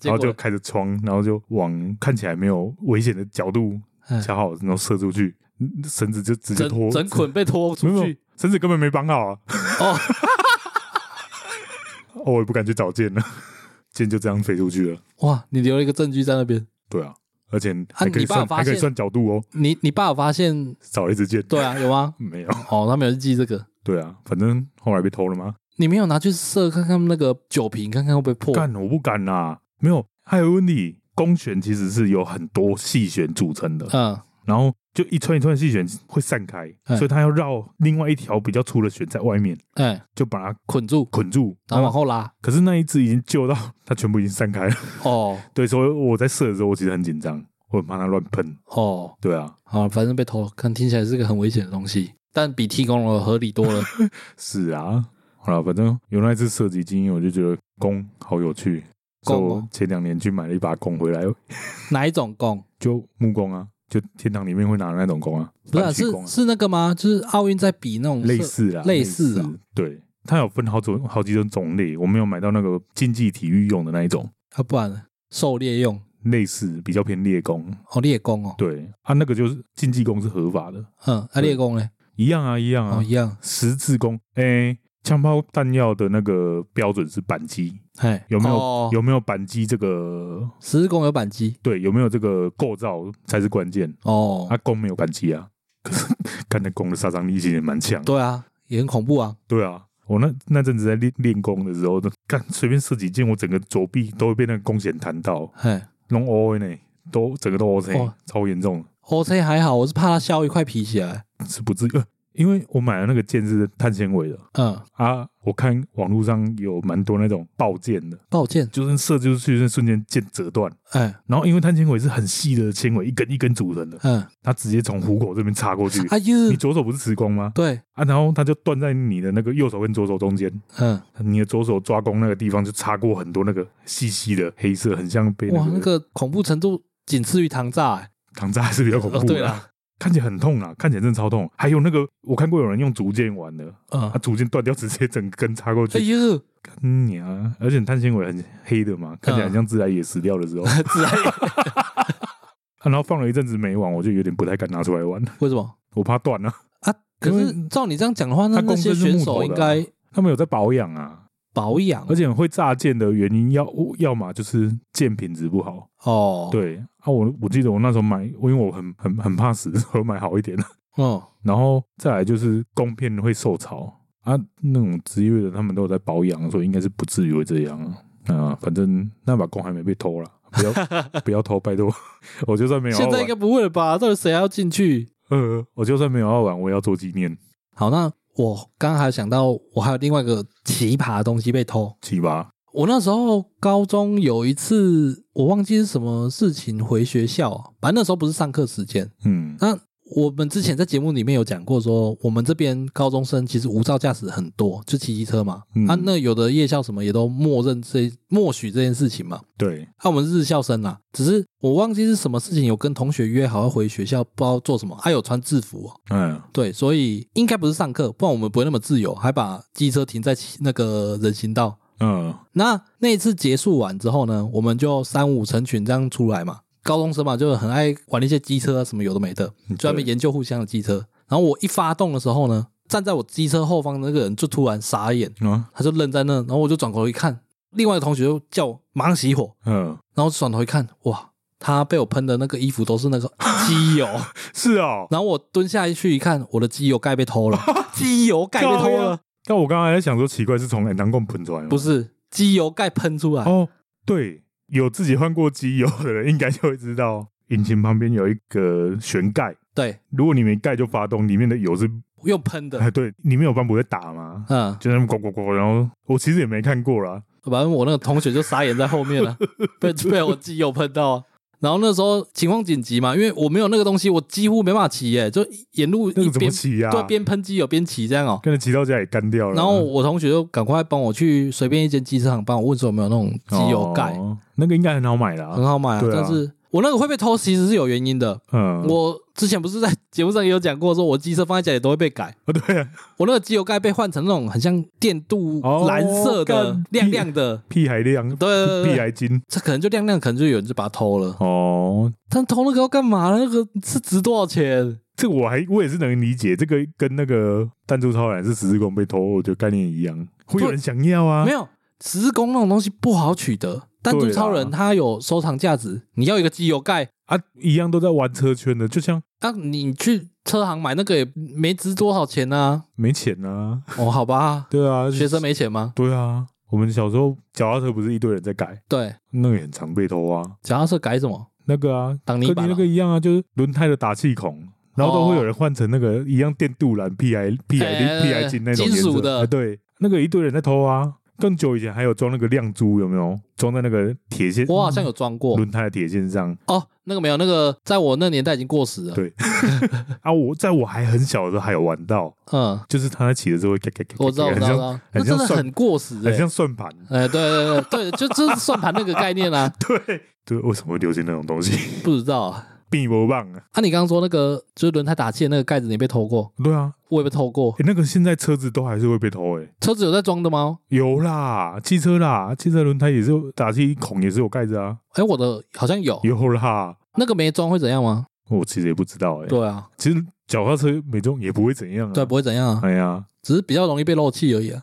Speaker 1: 结
Speaker 2: 然
Speaker 1: 果
Speaker 2: 后就开着窗，然后就往看起来没有危险的角度
Speaker 1: 嗯
Speaker 2: 敲好，然后射出去，嗯绳子就直接拖
Speaker 1: 整整捆被拖
Speaker 2: 没有
Speaker 1: 出
Speaker 2: 没有
Speaker 1: 去。
Speaker 2: 绳子根本没绑好 啊，哦
Speaker 1: 哦，
Speaker 2: 我也不敢去找箭了， 箭就这样飞出去了。
Speaker 1: 哇，你留了一个证据在那边。
Speaker 2: 对啊，而且
Speaker 1: 啊
Speaker 2: 还可以
Speaker 1: 你爸有
Speaker 2: 算、
Speaker 1: 发
Speaker 2: 还可以
Speaker 1: 现
Speaker 2: 算角度哦，
Speaker 1: 你你爸有发现？
Speaker 2: 少了一支箭。
Speaker 1: 对啊，有吗？
Speaker 2: 没有，
Speaker 1: 哦，他没有去记这个。
Speaker 2: 对啊，反正后来被偷了吗？
Speaker 1: 你没有拿去射看看那个酒瓶，看看会不会破？
Speaker 2: 干，我不敢啦、没有，还有一个问题，弓弦其实是有很多细弦组成的，
Speaker 1: 嗯，
Speaker 2: 然后就一串一串细弦会散开，
Speaker 1: 嗯
Speaker 2: 所以它要绕另外一条比较粗的弦在外面，
Speaker 1: 哎，
Speaker 2: 就把它
Speaker 1: 捆住，
Speaker 2: 捆住。
Speaker 1: 然后往
Speaker 2: 后，
Speaker 1: 后拉。
Speaker 2: 可是那一只已经救到，它全部已经散开了。
Speaker 1: 哦
Speaker 2: 对，所以我在射的时候，我其实很紧张，我很怕它乱喷。
Speaker 1: 哦，
Speaker 2: 对啊，
Speaker 1: 好，反正被偷了，看听起来是个很危险的东西，但比提供了合理多 了。
Speaker 2: 是啊，好了，反正有那一次射击经验，我就觉得弓好有趣。
Speaker 1: 弓
Speaker 2: 所
Speaker 1: 哦
Speaker 2: 以我前两年去买了一把弓回来，
Speaker 1: 哪一种弓？
Speaker 2: 就木弓啊，就天堂里面会拿的那种弓啊，
Speaker 1: 不是啊、
Speaker 2: 反气弓
Speaker 1: 是
Speaker 2: 啊
Speaker 1: 是那个吗？就是奥运在比那种
Speaker 2: 类
Speaker 1: 射
Speaker 2: 似啦，
Speaker 1: 嗯类似啊
Speaker 2: 对，它有分好种好几种种类，我没有买到那个竞技体育用的那一种，
Speaker 1: 啊，不然呢狩猎用
Speaker 2: 类似比较偏猎弓，
Speaker 1: 哦，猎弓哦，
Speaker 2: 对，啊，那个就是竞技弓是合法的，
Speaker 1: 嗯，啊，
Speaker 2: 对
Speaker 1: 猎弓嘞，
Speaker 2: 一样啊，一样啊，
Speaker 1: 哦，一样，
Speaker 2: 十字弓，哎、枪炮弹药的那个标准是扳机，
Speaker 1: 哎，
Speaker 2: 有没有、
Speaker 1: 哦、
Speaker 2: 有没有扳机这个？
Speaker 1: 十字弓有扳机
Speaker 2: 对，有没有这个构造才是关键。
Speaker 1: 哦，
Speaker 2: 啊，弓没有扳机啊， 可是干那弓的杀伤力其实也蛮强的。
Speaker 1: 对啊，也很恐怖啊，
Speaker 2: 对啊，我那那阵子在练练功的时候，干随便射几箭，我整个左臂都会被那个弓弦弹到，
Speaker 1: 哎
Speaker 2: 弄 O 呢，都整个都 O C，、
Speaker 1: 哦
Speaker 2: 超严重，
Speaker 1: ，OK 还好，我是怕它削一块皮起来，
Speaker 2: 是不至于。呃因为我买的那个箭是碳纤维的
Speaker 1: 嗯，
Speaker 2: 啊，我看网络上有蛮多那种爆箭的，
Speaker 1: 抱歉，
Speaker 2: 就是射出去的瞬间箭折断，
Speaker 1: 哎，
Speaker 2: 然后因为碳纤维是很细的纤维，一根一根组成的，
Speaker 1: 嗯，
Speaker 2: 它直接从虎口这边插过去。
Speaker 1: 哎呦
Speaker 2: 你，左手不是持弓吗？
Speaker 1: 对，
Speaker 2: 啊，然后它就断在你的那个右手跟左手中间，
Speaker 1: 嗯，
Speaker 2: 你的左手抓弓那个地方就擦过很多那个细细的黑色，很像被
Speaker 1: 哇，
Speaker 2: 那
Speaker 1: 那
Speaker 2: 个
Speaker 1: 个恐怖程度仅次于糖炸、哎
Speaker 2: 糖炸还是比较恐怖
Speaker 1: 哦，
Speaker 2: 啊的。
Speaker 1: 对啦，
Speaker 2: 看起来很痛啊，看起来真的超痛。还有那个我看过有人用竹箭玩的，
Speaker 1: 嗯
Speaker 2: 啊，，竹箭断掉直接整根插过
Speaker 1: 哎
Speaker 2: 去，
Speaker 1: 呦，
Speaker 2: 嗯你啊！而且碳纤维很黑的
Speaker 1: 啊
Speaker 2: 嘛，看起来很像自来也死掉的 时候。啊
Speaker 1: 自然
Speaker 2: 然后放了一阵子没玩，我就有点不太敢拿出来玩，
Speaker 1: 为什么
Speaker 2: 我怕断了、
Speaker 1: 啊？可
Speaker 2: 因
Speaker 1: 是
Speaker 2: 为
Speaker 1: 照你这样讲的话，那
Speaker 2: 它
Speaker 1: 那
Speaker 2: 公
Speaker 1: 些
Speaker 2: 司是
Speaker 1: 选
Speaker 2: 木头
Speaker 1: 手
Speaker 2: 的
Speaker 1: 应
Speaker 2: 啊
Speaker 1: 该
Speaker 2: 他们有在保养啊，
Speaker 1: 保养，
Speaker 2: 而且会炸箭的原因要要么就是箭品质不好，
Speaker 1: 哦，，
Speaker 2: 对啊，我我记得我那时候买，因为我很很很怕死，所以我买好一点的。
Speaker 1: 嗯，
Speaker 2: 然后再来就是弓片会受潮啊，那种职业的他们都有在保养，所以应该是不至于会这样啊。啊，反正那把弓还没被偷了，不要不要偷，拜托。我就算没有 啊要
Speaker 1: 现在
Speaker 2: 玩
Speaker 1: 应该，不会了吧？到底谁还要进去？
Speaker 2: 呃，我就算没有要玩，我也要做纪念，
Speaker 1: 好，那我刚刚还想到，我还有另外一个奇葩的东西被偷。
Speaker 2: 七八
Speaker 1: 我那时候高中有一次，我忘记是什么事情回学校、啊，反正那时候不是上课时间。
Speaker 2: 嗯
Speaker 1: 那我们之前在节目里面有讲过说我们这边高中生其实无照驾驶很多，就骑机车嘛。
Speaker 2: 嗯
Speaker 1: 啊，那有的夜校什么也都默认这默许这件事情嘛。
Speaker 2: 对，
Speaker 1: 啊，我们日校生啦，只是我忘记是什么事情，有跟同学约好要回学校，不知道做什么。还、有穿制服、哦，
Speaker 2: 嗯，
Speaker 1: 对，所以应该不是上课，不然我们不会那么自由，还把机车停在骑那个人行道。
Speaker 2: 嗯，
Speaker 1: 那那一次结束完之后呢，我们就三五成群这样出来嘛，高中生嘛，就很爱玩一些机车啊，什么有的没的，就在那边研究互相的机车。然后我一发动的时候呢，站在我机车后方的那个人就突然傻眼，
Speaker 2: 啊，
Speaker 1: 他就愣在那，然后我就转头一看，另外的同学就叫我马上熄火，
Speaker 2: 嗯，
Speaker 1: 然后转头一看，哇，他被我喷的那个衣服都是那个 机油。
Speaker 2: 是哦。
Speaker 1: 然后我蹲下去一看，我的机油盖被偷了， 机油盖被偷
Speaker 2: 高
Speaker 1: 了
Speaker 2: 呀，但我刚才在想说，奇怪，是从南当贡喷出来吗？
Speaker 1: 不是机油盖喷出来。
Speaker 2: 哦，对，有自己换过机油的人应该就会知
Speaker 1: 嗯
Speaker 2: 道，引擎旁边有一个悬盖，
Speaker 1: 对，
Speaker 2: 如果你没盖就发动，里面的油是
Speaker 1: 用喷的
Speaker 2: 哎，，对，里面有斑驳在打嘛，
Speaker 1: 嗯，
Speaker 2: 就那么呱呱呱，然后我其实也没看过啦，
Speaker 1: 反正我那个同学就傻眼在后面了、 被被我机油喷到、啊。然后那时候情况紧急嘛，因为我没有那个东西，我几乎没办法骑耶，就沿路
Speaker 2: 那
Speaker 1: 一
Speaker 2: 个怎么
Speaker 1: 边、
Speaker 2: 骑啊呀、
Speaker 1: 对边喷机油边骑这样哦、
Speaker 2: 跟着骑到家也干掉了。
Speaker 1: 然后我同学就赶快帮我去随便一间机车行帮我问说有没有那种机油盖，
Speaker 2: 哦那个应该很好买啦
Speaker 1: 很。好买啊，
Speaker 2: 对啊
Speaker 1: 但是我那个会被偷其实是有原因的。
Speaker 2: 嗯，
Speaker 1: 我之前不是在节目上也有讲过，说我机车放在家里都会被改。
Speaker 2: 哦对啊，
Speaker 1: 我那个机油盖被换成那种很像电镀
Speaker 2: 哦
Speaker 1: 蓝色的、
Speaker 2: 干
Speaker 1: 亮亮的，
Speaker 2: 屁还亮，
Speaker 1: 对对对
Speaker 2: 屁啊
Speaker 1: 对，
Speaker 2: 还金。
Speaker 1: 这可能就亮亮，可能就有人就把它偷了。
Speaker 2: 哦，
Speaker 1: 但偷那个要干嘛？那个是值多少钱？
Speaker 2: 这我还我也是能理解，这个跟那个弹珠超人是十字弓被偷，我觉得概念一样，会有人想要啊。
Speaker 1: 没有，十字弓那种东西不好取得。弹珠
Speaker 2: 对啦
Speaker 1: 超人它有收藏价值，你要一个机油盖，
Speaker 2: 啊，一样都在玩车圈的，就像
Speaker 1: 那、你去车行买那个也没值多少钱 啊。
Speaker 2: 没钱 啊，，
Speaker 1: 哦，好吧
Speaker 2: 对啊，
Speaker 1: 学生没钱吗？
Speaker 2: 对啊，我们小时候脚踏车不是一堆人在改，
Speaker 1: 对，
Speaker 2: 那个也很常被偷啊。
Speaker 1: 脚踏车改什么？
Speaker 2: 那个啊，
Speaker 1: 挡泥
Speaker 2: 跟
Speaker 1: 板
Speaker 2: 你那
Speaker 1: 啊
Speaker 2: 个一样啊，就是轮胎的打气
Speaker 1: 哦
Speaker 2: 孔，然后都会有人换成那个一样电镀蓝 P I P
Speaker 1: 哎哎
Speaker 2: I
Speaker 1: 哎
Speaker 2: P I 金那种
Speaker 1: 金属
Speaker 2: 颜色
Speaker 1: 的
Speaker 2: 哎对，那个一堆人在偷啊。更久以前还有装那个亮珠，有没有装在那个铁线？嗯
Speaker 1: 我好像有装过
Speaker 2: 轮胎的铁线上
Speaker 1: 哦，那个没有，那个在我那年代已经过时了。
Speaker 2: 对啊！我在我还很小的时候还有玩到，
Speaker 1: 嗯，
Speaker 2: 就是他在骑的时候会咔咔咔咔咔，
Speaker 1: 我知道，我知
Speaker 2: 很
Speaker 1: 道，我知道，那真
Speaker 2: 像很像
Speaker 1: 的
Speaker 2: 算
Speaker 1: 很过时
Speaker 2: 很
Speaker 1: 哎。
Speaker 2: 像算盘。
Speaker 1: 哎，对对对对，就 就是算盘那个概念啊，
Speaker 2: 对对，为什么会流行那种东西？
Speaker 1: 不知道啊。
Speaker 2: 并不棒啊！
Speaker 1: 啊，你刚刚说那个就是轮胎打气的那个盖子，你被偷过？
Speaker 2: 对啊，
Speaker 1: 我也被偷过。
Speaker 2: 诶那个现在车子都还是会被偷诶、
Speaker 1: 车子有在装的吗？
Speaker 2: 有啦，汽车啦，汽车轮胎也是有打气孔也是有盖子啊，
Speaker 1: 哎，我的好像有，
Speaker 2: 有啦。
Speaker 1: 那个没装会怎样吗？
Speaker 2: 我其实也不知道哎、
Speaker 1: 对啊，
Speaker 2: 其实脚踏车没中也不会怎样啊。
Speaker 1: 对，不会怎样啊，
Speaker 2: 哎呀，
Speaker 1: 只是比较容易被漏气而已 啊。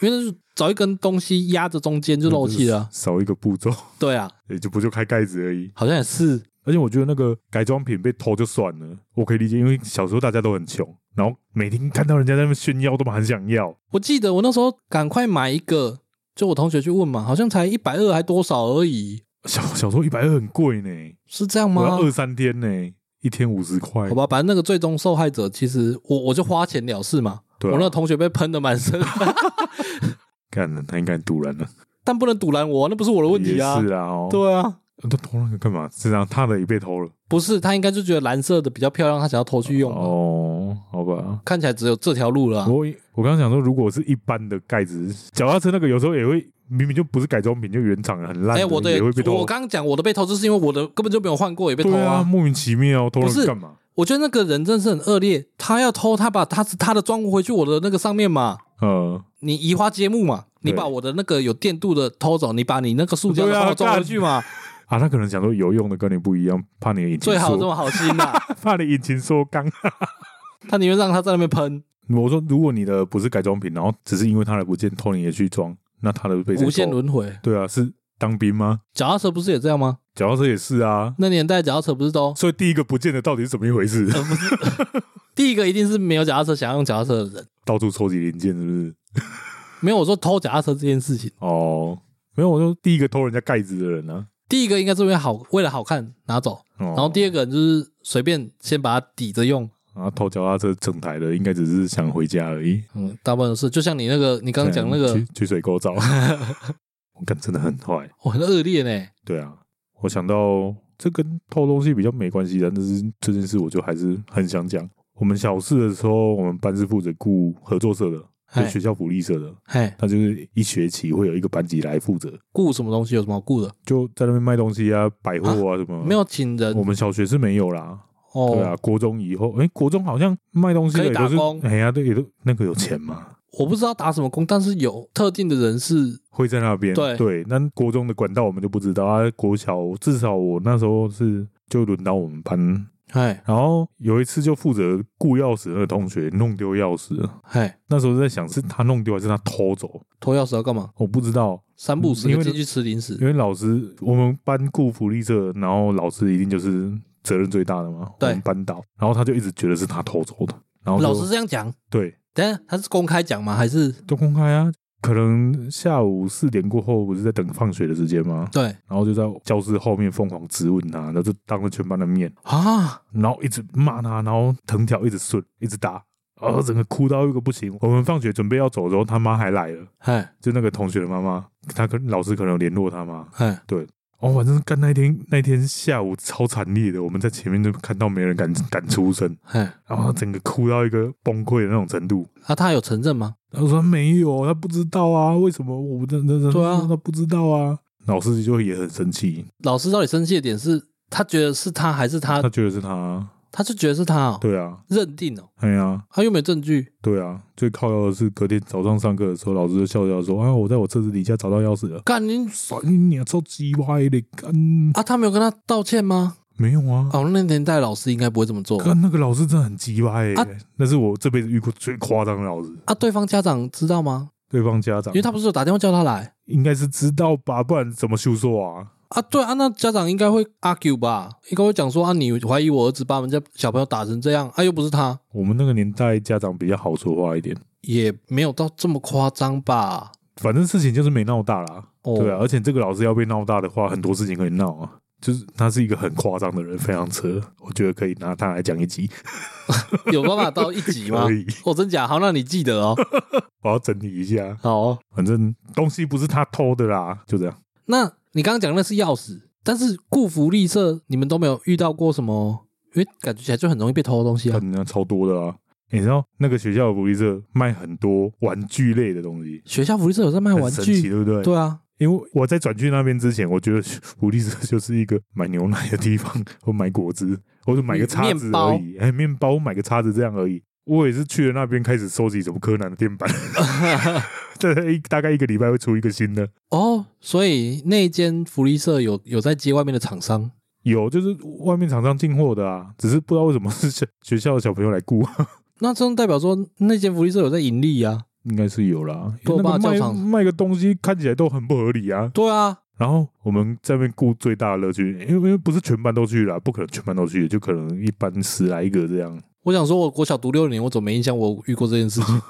Speaker 1: 因为那是找一根东西压着中间就漏气了啊。
Speaker 2: 少一个步骤，
Speaker 1: 对啊，
Speaker 2: 也就不就开盖子而已。
Speaker 1: 好像也是。
Speaker 2: 而且我觉得那个改装品被偷就算了，我可以理解，因为小时候大家都很穷，然后每天看到人家在那边炫耀，都蛮想要。
Speaker 1: 我记得我那时候赶快买一个，就我同学去问嘛，好像才一百二还多少而已，
Speaker 2: 小小时候一百二很贵呢，
Speaker 1: 是这样
Speaker 2: 我
Speaker 1: 吗
Speaker 2: 要？二三天呢，一天五十块。
Speaker 1: 好吧，反正那个最终受害者其实我我就花钱了事嘛。
Speaker 2: 对啊
Speaker 1: 我那个同学被喷的满身，
Speaker 2: 干了，他应该堵人了。
Speaker 1: 但不能阻拦我，那不是我的问题啊
Speaker 2: 也。是啊、哦，
Speaker 1: 对啊，
Speaker 2: 都偷那个干嘛？是啊，他的也被偷了。
Speaker 1: 不是他应该就觉得蓝色的比较漂亮，他想要偷去用嘛。啊
Speaker 2: 哦，好吧。
Speaker 1: 看起来只有这条路了啊、
Speaker 2: 我我刚刚想说，如果是一般的盖子，脚踏车那个有时候也会明明就不是改装品，就原厂的很烂
Speaker 1: 哎、
Speaker 2: 的，
Speaker 1: 我的
Speaker 2: 也会被偷。
Speaker 1: 我刚刚讲我的被偷，就是因为我的根本就没有换过，也被偷
Speaker 2: 对啊，莫名其妙偷
Speaker 1: 不是
Speaker 2: 了干嘛？
Speaker 1: 我觉得那个人真的是很恶劣，他要偷，他把他他的装回去我的那个上面嘛。
Speaker 2: 呃，
Speaker 1: 你移花接木嘛，你
Speaker 2: 对
Speaker 1: 把我的那个有电镀的偷走，你把你那个塑胶的
Speaker 2: 对啊
Speaker 1: 帮我装回
Speaker 2: 干
Speaker 1: 去嘛，
Speaker 2: 啊，他可能想说有用的跟你不一样，怕你的引擎
Speaker 1: 最好这
Speaker 2: 缩，
Speaker 1: 么好心呐、
Speaker 2: 怕你引擎 缩缸。
Speaker 1: 他宁愿让他在那边喷，
Speaker 2: 我说，如果你的不是改装品，然后只是因为他的不见偷你也去装，那他的被谁
Speaker 1: 无限
Speaker 2: 偷
Speaker 1: 轮回。
Speaker 2: 对啊，是当兵吗？
Speaker 1: 脚踏车不是也这样吗？
Speaker 2: 脚踏车也是啊。
Speaker 1: 那年代脚踏车不是都
Speaker 2: 所以第一个不见的到底是怎么一回事？
Speaker 1: 第一个一定是没有脚踏车想要用脚踏车的人，
Speaker 2: 到处收集零件是不是？
Speaker 1: 没有我说偷脚踏车这件事情，
Speaker 2: 哦，没有，我说第一个偷人家盖子的人啊。哦
Speaker 1: 第一个应该是因为好为了好看拿走，
Speaker 2: 然
Speaker 1: 然后第二个人就是随便先把它抵着用，
Speaker 2: 然啊后偷脚踏车整台的，应该只是想回家而已。
Speaker 1: 嗯，大部分都是就像你那个你刚刚讲那个
Speaker 2: 去，去水 沟找，我感真的很坏。
Speaker 1: 我很恶劣呢、
Speaker 2: 对啊，我想到这跟偷东西比较没关系的，但是这件事我就还是很想讲。我们小四的时候，我们班是负责雇合作社的，就
Speaker 1: 嘿
Speaker 2: 学校福利社的，
Speaker 1: 嘿，
Speaker 2: 他就是一学期会有一个班级来负责，
Speaker 1: 雇什么东西有什么好雇的？
Speaker 2: 就在那边卖东西啊、百货啊什么。
Speaker 1: 没，有请人
Speaker 2: 我们小学是没有啦。哦对
Speaker 1: 哦，
Speaker 2: 啊，国中以后，哎，国中好像卖东西
Speaker 1: 可
Speaker 2: 的
Speaker 1: 以
Speaker 2: 也都
Speaker 1: 打
Speaker 2: 是
Speaker 1: 工，嗯
Speaker 2: 哎呀，对，也都那个有钱嘛，
Speaker 1: 我不知道打什么工，但是有特定的人是
Speaker 2: 会在那边。
Speaker 1: 对
Speaker 2: 对，那国中的管道我们就不知道啊。国小至少我那时候是就轮到我们班
Speaker 1: 嘿
Speaker 2: 然后有一次就负责雇钥匙那个同学弄丢钥匙了，
Speaker 1: 嘿
Speaker 2: 那时候在想是他弄丢还是他偷走，
Speaker 1: 偷钥匙要干嘛？
Speaker 2: 我不知道，
Speaker 1: 三不五时
Speaker 2: 嗯因
Speaker 1: 就
Speaker 2: 为
Speaker 1: 进去吃零食
Speaker 2: 因为老师我们班雇福利社，然后老师一定就是责任最大的嘛，
Speaker 1: 对
Speaker 2: 我们班导，然后他就一直觉得是他偷走的，然后就
Speaker 1: 老师这样讲，
Speaker 2: 对
Speaker 1: 等一下他是公开讲吗？还是
Speaker 2: 都公开啊。可能下午四点过后，不是在等放学的时间吗？
Speaker 1: 对
Speaker 2: 然后就在教室后面疯狂质问他，然后就当着全班的面，
Speaker 1: 啊？
Speaker 2: 然后一直骂他，然后藤条一直顺，一直打，然后整个哭到一个不行。我们放学准备要走的时候，他妈还来了，
Speaker 1: 嘿
Speaker 2: 就那个同学的妈妈，他跟老师可能有联络他妈。
Speaker 1: 嘿
Speaker 2: 哦，反正干那天那天下午超惨烈的，我们在前面就看到没人敢敢出声，
Speaker 1: 嘿，
Speaker 2: 然后他整个哭到一个崩溃的那种程度。
Speaker 1: 啊，他有承认吗？
Speaker 2: 他说他没有，他不知道啊，为什么我那那那
Speaker 1: 对啊
Speaker 2: 他不知道啊。老师就也很生气，
Speaker 1: 老师到底生气的点是他觉得是他还是他
Speaker 2: 他，觉得是他，
Speaker 1: 他就觉得是他哦，
Speaker 2: 对啊，
Speaker 1: 认定哦，
Speaker 2: 哎呀、
Speaker 1: 他又没有证据，
Speaker 2: 对啊，最靠腰的是隔天早上上课的时候，老师就笑笑说：“啊，我在我车子底下找到钥匙了。
Speaker 1: 干你”
Speaker 2: 操你娘，超鸡歪的！干
Speaker 1: 啊！他没有跟他道歉吗？
Speaker 2: 没有啊，
Speaker 1: 哦，那年代老师应该不会这么做
Speaker 2: 干那个老师真的很鸡歪
Speaker 1: 哦啊
Speaker 2: 欸，那是我这辈子遇过最夸张的老师。
Speaker 1: 啊。对方家长知道吗？
Speaker 2: 对方家
Speaker 1: 因
Speaker 2: 长，
Speaker 1: 为他不是有打电话叫他来
Speaker 2: 应该是知道吧，不然怎么休说啊？
Speaker 1: 啊？对啊，那家长应该会 argue 吧？应该会讲说啊，你怀疑我儿子把我们家小朋友打成这样啊，又不是他，
Speaker 2: 我们那个年代家长比较好说话一点，
Speaker 1: 也没有到这么夸张吧？
Speaker 2: 反正事情就是没闹大啦。
Speaker 1: 哦，
Speaker 2: 对啊，而且这个老师要被闹大的话，很多事情可以闹啊。就是他是一个很夸张的人，非常扯，我觉得可以拿他来讲一集，
Speaker 1: 有办法到一级吗
Speaker 2: 可？以，
Speaker 1: 哦，真假？好，那你记 得哦。
Speaker 2: 我要整理一下。
Speaker 1: 好哦
Speaker 2: 反正东西不是他偷的啦，就这样。
Speaker 1: 那你刚刚讲那是钥匙，但是顾福利社你们都没有遇到过什么？因为感觉起来就很容易被偷的东西啊
Speaker 2: 看。人家超多的啊！你知道那个学校的福利社卖很多玩具类的东西，
Speaker 1: 学校福利社有在卖玩
Speaker 2: 很神奇，
Speaker 1: 具，
Speaker 2: 对不对？
Speaker 1: 对啊，
Speaker 2: 因为我在转去那边之前，我觉得福利社 就是一个买牛奶的地方，我买果汁，或者买个叉子
Speaker 1: 面包
Speaker 2: 而已，哎，面包买个叉子这样而已。我也是去了那边开始收集什么柯南 的垫板，大概一大概一个礼拜会出一个新的。
Speaker 1: 哦，所以那间福利社有有在接外面的厂商
Speaker 2: 有就是外面厂商进货的啊，只是不知道为什么是学学校的小朋友来雇。啊
Speaker 1: 那这样代表说那间福利社有在盈利啊？
Speaker 2: 应该是有啦，
Speaker 1: 多
Speaker 2: 那
Speaker 1: 巴
Speaker 2: 个
Speaker 1: 教
Speaker 2: 卖
Speaker 1: 场
Speaker 2: 卖个东西看起来都很不合理啊。
Speaker 1: 对啊，
Speaker 2: 然后我们在那边顾最大的乐趣，因为因为不是全班都去啦，不可能全班都去，就可能一班十来个这样，
Speaker 1: 我想说，我国小读六年，我怎么没印象我遇过这件事 情？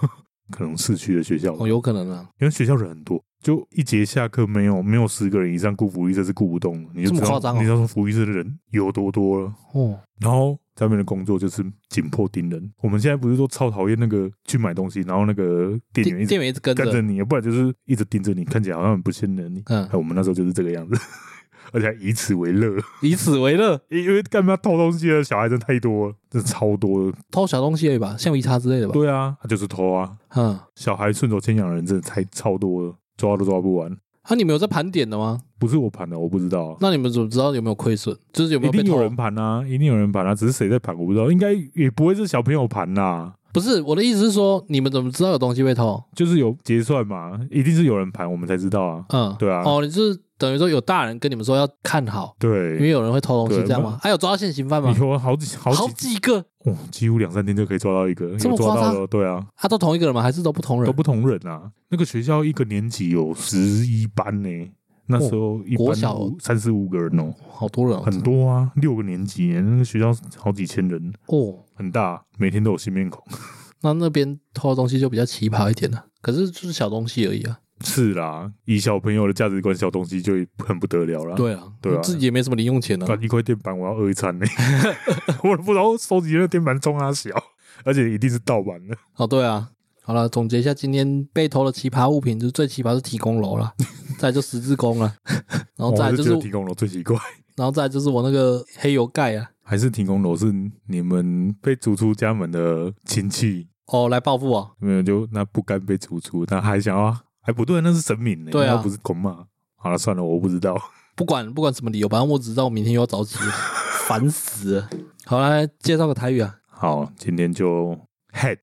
Speaker 2: 可能市区的学校吧，
Speaker 1: 哦，有可能啊，
Speaker 2: 因为学校人很多，就一节下课没有没有十个人以上顾福利社是顾不动的，你就
Speaker 1: 这么
Speaker 2: 知道
Speaker 1: 夸张哦
Speaker 2: 你知道说福利社的人有多多了。
Speaker 1: 哦，
Speaker 2: 然后在那边的工作就是紧迫盯人，我们现在不是都超讨厌那个去买东西，然后那个店员
Speaker 1: 店
Speaker 2: 一直
Speaker 1: 店员一直跟
Speaker 2: 跟着
Speaker 1: 着，
Speaker 2: 你，不然就是一直盯着你，看起来好像很不信任你。
Speaker 1: 嗯
Speaker 2: 哎，，我们那时候就是这个样子， 而且还以此为乐，
Speaker 1: 以此为乐，
Speaker 2: 因因为干嘛偷东西的小孩真的太多了，真的超多的。
Speaker 1: 偷小东西而已吧，橡皮擦之类的吧，
Speaker 2: 对啊，他就是偷啊，
Speaker 1: 嗯，
Speaker 2: 小孩顺手牵羊的人真的太超多了，抓都抓不完。
Speaker 1: 啊，你们有在盘点的吗？
Speaker 2: 不是我盘的，我不知道啊，
Speaker 1: 那你们怎么知道有没有亏损？就是有没
Speaker 2: 一
Speaker 1: 有被
Speaker 2: 定有
Speaker 1: 偷？
Speaker 2: 人盘啊，一定有人盘啊，只是谁在盘我不知道，应该也不会是小朋友盘啦、
Speaker 1: 不是我的意思是说，你们怎么知道有东西被偷？
Speaker 2: 就是有结算嘛，一定是有人盘，我们才知道啊。
Speaker 1: 嗯，
Speaker 2: 对啊
Speaker 1: 哦，你是等于说有大人跟你们说要看好，因为
Speaker 2: 对，
Speaker 1: 有人会偷东西，
Speaker 2: 对
Speaker 1: 这样吗？还有抓到现行犯吗？
Speaker 2: 有好几好
Speaker 1: 好
Speaker 2: 几，
Speaker 1: 几个，
Speaker 2: 哦，几乎两三天就可以抓到一个，
Speaker 1: 这么
Speaker 2: 有抓
Speaker 1: 夸
Speaker 2: 到
Speaker 1: 张
Speaker 2: 的，对啊。
Speaker 1: 他、都同一个人吗？还是都不同人？
Speaker 2: 都不同人啊。那个学校一个年级有十一班呢、那时候一
Speaker 1: 国
Speaker 2: 班
Speaker 1: 小
Speaker 2: 三十五个人哦、
Speaker 1: 好多人哦
Speaker 2: 很多啊，六个年级、那个学校好几千人，
Speaker 1: 哦。
Speaker 2: 很大，每天都有新面孔。
Speaker 1: 那那边偷的东西就比较奇葩一点了、可是就是小东西而已啊。
Speaker 2: 是啦，以小朋友的价值观，小东西就很不得了啦。，
Speaker 1: 对啊，
Speaker 2: 对啊
Speaker 1: 自己也没什么零用钱呢、啊。
Speaker 2: 干一块电板我要饿一餐呢、 我都不知道收集那个电板中它小，而且一定是盗版的。
Speaker 1: 哦，对啊。好了，总结一下，今天被偷的奇葩物品， 就是最奇葩是提供楼了，再来就十字弓了，然后
Speaker 2: 哦我
Speaker 1: 哦再来
Speaker 2: 就
Speaker 1: 就
Speaker 2: 觉
Speaker 1: 是
Speaker 2: 得提供了最奇怪，
Speaker 1: 然后再来就是我那个黑油盖啊，
Speaker 2: 还是停工楼是你们被逐出家门的亲戚，
Speaker 1: 哦，来报复哦，
Speaker 2: 没有就那不甘被逐出，但还想要，还不对，那是神明呢、
Speaker 1: 对啊
Speaker 2: 那不是公嘛。好了，算了，我不知道。
Speaker 1: 不管不管什么理由，反正我只知道我明天又要早起了，烦死了。好，来介绍个台语啊
Speaker 2: 好，今天就 head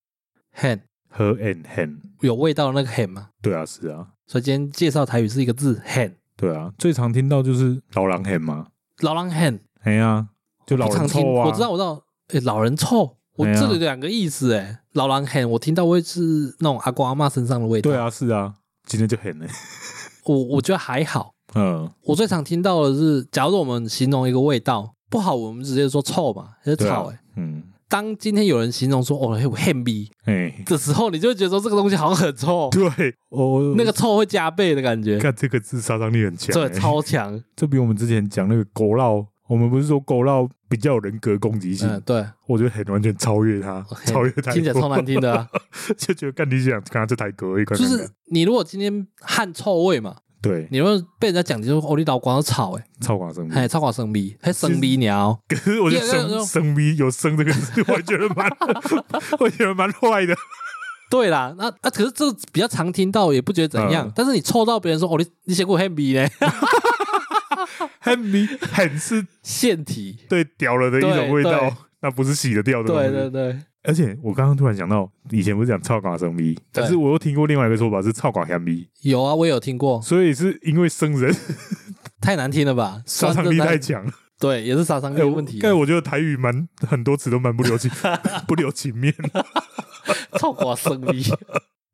Speaker 1: ，hen
Speaker 2: her and hen。
Speaker 1: 有味道的那个 hen 嘛，
Speaker 2: 对啊，是啊，
Speaker 1: 所以今天介绍台语是一个字 hen，
Speaker 2: 对啊，最常听到就是老狼 hen 嘛。
Speaker 1: 老狼 hen，
Speaker 2: 哎呀、就老
Speaker 1: 我常
Speaker 2: 人
Speaker 1: 听，
Speaker 2: 臭啊。
Speaker 1: 我知道我知道，哎，老人臭，我
Speaker 2: 哎呀
Speaker 1: 这里两个意思哎，老狼 hen，我听到会是那种阿公阿嬷身上的味道，
Speaker 2: 对，啊，是啊，今天就 hen 了、
Speaker 1: 我我觉得还好。
Speaker 2: 嗯，
Speaker 1: 我最常听到的是，假如我们形容一个味道不好，我们直接说臭嘛，就是
Speaker 2: 对
Speaker 1: 草、
Speaker 2: 啊
Speaker 1: 欸。
Speaker 2: 嗯，
Speaker 1: 当今天有人形容说“哦，嘿，我 h a m
Speaker 2: 哎、
Speaker 1: 的时候，你就会觉得说这个东西好像很臭，
Speaker 2: 对，哦，
Speaker 1: 那个臭会加倍的感觉，
Speaker 2: 看这个字杀伤力很强、
Speaker 1: 这
Speaker 2: 欸，
Speaker 1: 超强。
Speaker 2: 这比我们之前讲那个狗绕，我们不是说狗绕比较有人格攻击性，
Speaker 1: 嗯，对，
Speaker 2: 我觉得很完全超越它， 超越它，
Speaker 1: 听起来超难听的、啊。
Speaker 2: 就觉得干你想看他这台歌一个，
Speaker 1: 就是你如果今天汗臭味嘛，
Speaker 2: 对
Speaker 1: 你如果被人家讲就是哦，你老光草哎，
Speaker 2: 超广生命。
Speaker 1: 嘿，超垮生逼，还生逼鸟，
Speaker 2: 可是我觉得
Speaker 1: 第二个就是
Speaker 2: 生生逼有生这个字，我觉得蛮， 我觉得蛮坏的。
Speaker 1: 对啦，那啊，可是这个比较常听到，也不觉得怎样
Speaker 2: 嗯。
Speaker 1: 但是你臭到别人说哦，你你写过 h a m 呢，
Speaker 2: 很迷很是
Speaker 1: 腺体，
Speaker 2: 对屌了的一种
Speaker 1: 对
Speaker 2: 味
Speaker 1: 对
Speaker 2: 道，那不是洗得掉的。
Speaker 1: 对对。对。
Speaker 2: 而且我刚刚突然想到，以前不是讲超广生逼，但是我又听过另外一个说法是超广香逼，
Speaker 1: 有啊，我也有听过，
Speaker 2: 所以是因为生人
Speaker 1: 太难听了吧？
Speaker 2: 杀伤力
Speaker 1: 酸的
Speaker 2: 太强。
Speaker 1: 对，也是杀伤力
Speaker 2: 哎，
Speaker 1: 的
Speaker 2: 我
Speaker 1: 问题。
Speaker 2: 哎，我觉得台语蛮很多词都蛮不留 情，不留情面。哎
Speaker 1: 超过生 理，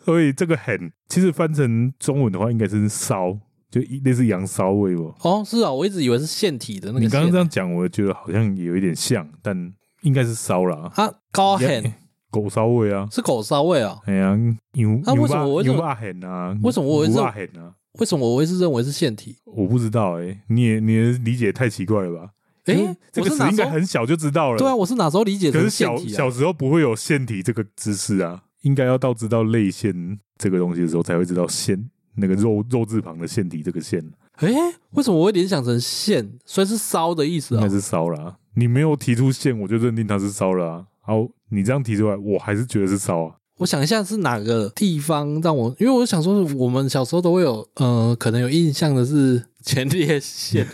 Speaker 2: 所以这个很，其实翻成中文的话，应该是烧，就一类似羊骚味哦。
Speaker 1: 哦，是啊，我一直以为是腺体的那个
Speaker 2: 你
Speaker 1: 腺。
Speaker 2: 刚刚这样讲，我觉得好像也有一点像，但应该是烧啦，
Speaker 1: 啊，高很
Speaker 2: 也狗骚味啊。
Speaker 1: 是狗骚味哦。
Speaker 2: 哎呀，牛
Speaker 1: 啊
Speaker 2: 牛
Speaker 1: 为什么
Speaker 2: 肉
Speaker 1: 我为什么
Speaker 2: 牛肉很啊？
Speaker 1: 为什么我会
Speaker 2: 牛
Speaker 1: 认
Speaker 2: 肉很啊？
Speaker 1: 为什么我会是认为是腺体？
Speaker 2: 我不知道哎，你也你的理解太奇怪了吧？因为
Speaker 1: 诶，
Speaker 2: 哎这
Speaker 1: 我
Speaker 2: 个
Speaker 1: 是
Speaker 2: 词
Speaker 1: 哪
Speaker 2: 应
Speaker 1: 时
Speaker 2: 该
Speaker 1: 候？
Speaker 2: 很小就知道了。
Speaker 1: 对啊，我是哪时候理解
Speaker 2: 可
Speaker 1: 成
Speaker 2: 是
Speaker 1: 腺
Speaker 2: 小
Speaker 1: 体啊
Speaker 2: 小？时候不会有腺体这个知识啊，应该要到知道泪腺这个东西的时候，才会知道腺那个肉肉字旁的腺体这个腺，
Speaker 1: 诶，为什么我会联想成腺？所以是骚的意思
Speaker 2: 应
Speaker 1: 啊
Speaker 2: 该。是烧了、啊。你没有提出腺，我就认定它是烧了啊。好，你这样提出来，我还是觉得是烧啊。
Speaker 1: 我想一下是哪个地方让我，因为我想说，我们小时候都会有，呃，可能有印象的是 前列 腺、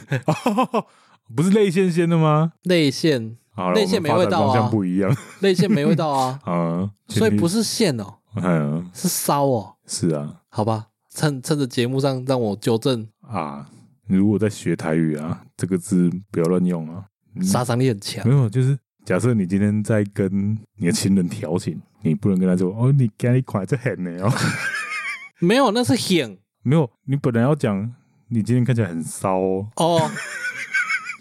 Speaker 2: 不是泪腺先的吗？
Speaker 1: 内腺、
Speaker 2: 好了，
Speaker 1: 泪腺
Speaker 2: 我们
Speaker 1: 没味道啊
Speaker 2: 发展方向不一样，
Speaker 1: 内腺没味道啊
Speaker 2: 啊，
Speaker 1: 所以不
Speaker 2: 是，
Speaker 1: 是腺哦。
Speaker 2: 嗯，
Speaker 1: 是骚哦，
Speaker 2: 是啊
Speaker 1: 好吧，趁趁着节目上让我纠正，
Speaker 2: 啊。如果在学台语啊，这个字不要乱用啊。嗯
Speaker 1: 杀伤力很强
Speaker 2: 没。有，就是假设你今天在跟你的情人调情，你不能跟他说哦，你给你款这很呢哦，
Speaker 1: 没有，那是狠
Speaker 2: 没有，你本来要讲你今天看起来很骚哦，
Speaker 1: 哦，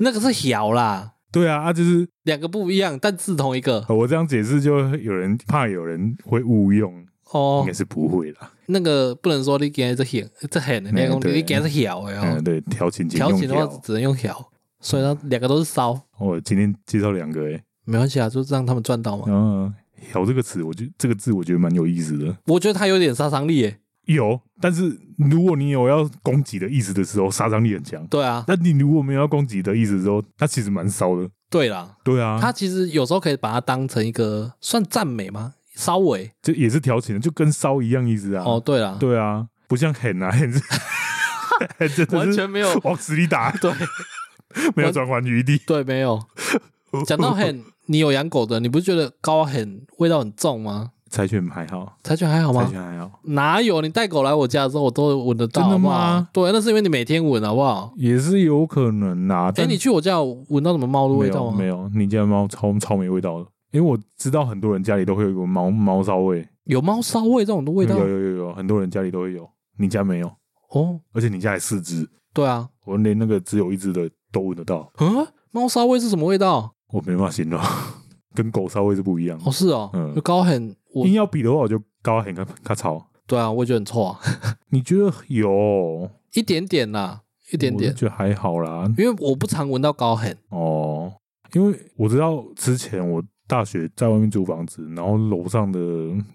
Speaker 1: 那个是咬啦，
Speaker 2: 对啊，啊就是、
Speaker 1: 两个不一样，但是同一个
Speaker 2: 呃我这样解释，就会有人怕有人会误用，应
Speaker 1: 哦
Speaker 2: 该。是不会啦。
Speaker 1: 那个不能说你给这狠，这狠，你要
Speaker 2: 对
Speaker 1: 讲你给是咬的
Speaker 2: 嗯，
Speaker 1: 哦。
Speaker 2: 对，调情请
Speaker 1: 调
Speaker 2: 用
Speaker 1: 情的话
Speaker 2: 调。
Speaker 1: 只能用咬，所以它两个都是骚，
Speaker 2: 我今天介绍两个诶、
Speaker 1: 没关系啊，就让他们赚到嘛。
Speaker 2: 嗯，调这个词，我觉得这个字我觉得蛮有意思的。
Speaker 1: 我觉得它有点杀伤力耶。
Speaker 2: 有，但是如果你有要攻击的意思的时候，杀伤力很强。
Speaker 1: 对啊，
Speaker 2: 那你如果没有要攻击的意思的时候，它其实蛮骚的。
Speaker 1: 对啦，
Speaker 2: 对啊，
Speaker 1: 它其实有时候可以把它当成一个算赞美吗？稍微
Speaker 2: 这也是调情的，就跟烧一样意思啊。
Speaker 1: 哦，，对啦，
Speaker 2: 对啊，不像很啊， 很是很 真的是
Speaker 1: 完全没有
Speaker 2: 往死里打，
Speaker 1: 对。
Speaker 2: 没有转换余地。
Speaker 1: 对，没 有。讲到很，你有养狗的，你不是觉得高啊很味道很重吗？
Speaker 2: 柴犬还好，
Speaker 1: 柴犬还好
Speaker 2: 柴
Speaker 1: 吗？
Speaker 2: 犬还好，
Speaker 1: 哪有？你带狗来我家的时候，我都闻得到，
Speaker 2: 真的
Speaker 1: 好不好
Speaker 2: 吗？
Speaker 1: 对，那是因为你每天闻，好不好？
Speaker 2: 也是有可能啊。
Speaker 1: 哎，
Speaker 2: 但
Speaker 1: 你去我家有闻到什么猫的
Speaker 2: 没
Speaker 1: 味
Speaker 2: 有
Speaker 1: 道吗
Speaker 2: 没？有，你家的猫超超没味道的。因为我知道很多人家里都会有一股猫猫骚味，
Speaker 1: 有猫骚味这种的味道
Speaker 2: 有有有有，很多人家里都会有，你家没有，
Speaker 1: 哦。
Speaker 2: 而且你家还四只，
Speaker 1: 对啊，
Speaker 2: 我连那个只有一只的都闻得到，
Speaker 1: 嗯，猫骚味是什么味道？
Speaker 2: 我没办法形容， 跟狗骚味是不一样。
Speaker 1: 哦，是哦
Speaker 2: 嗯，
Speaker 1: 有高很，我
Speaker 2: 硬要比的话，我就高很看看草。
Speaker 1: 对啊，我也觉得很臭啊，
Speaker 2: 你觉得有
Speaker 1: 一点点啦，一点
Speaker 2: 我
Speaker 1: 点
Speaker 2: 就，觉得还好啦。
Speaker 1: 因为我不常闻到高很。
Speaker 2: 哦，因为我知道之前我大学在外面租房子，然后楼上的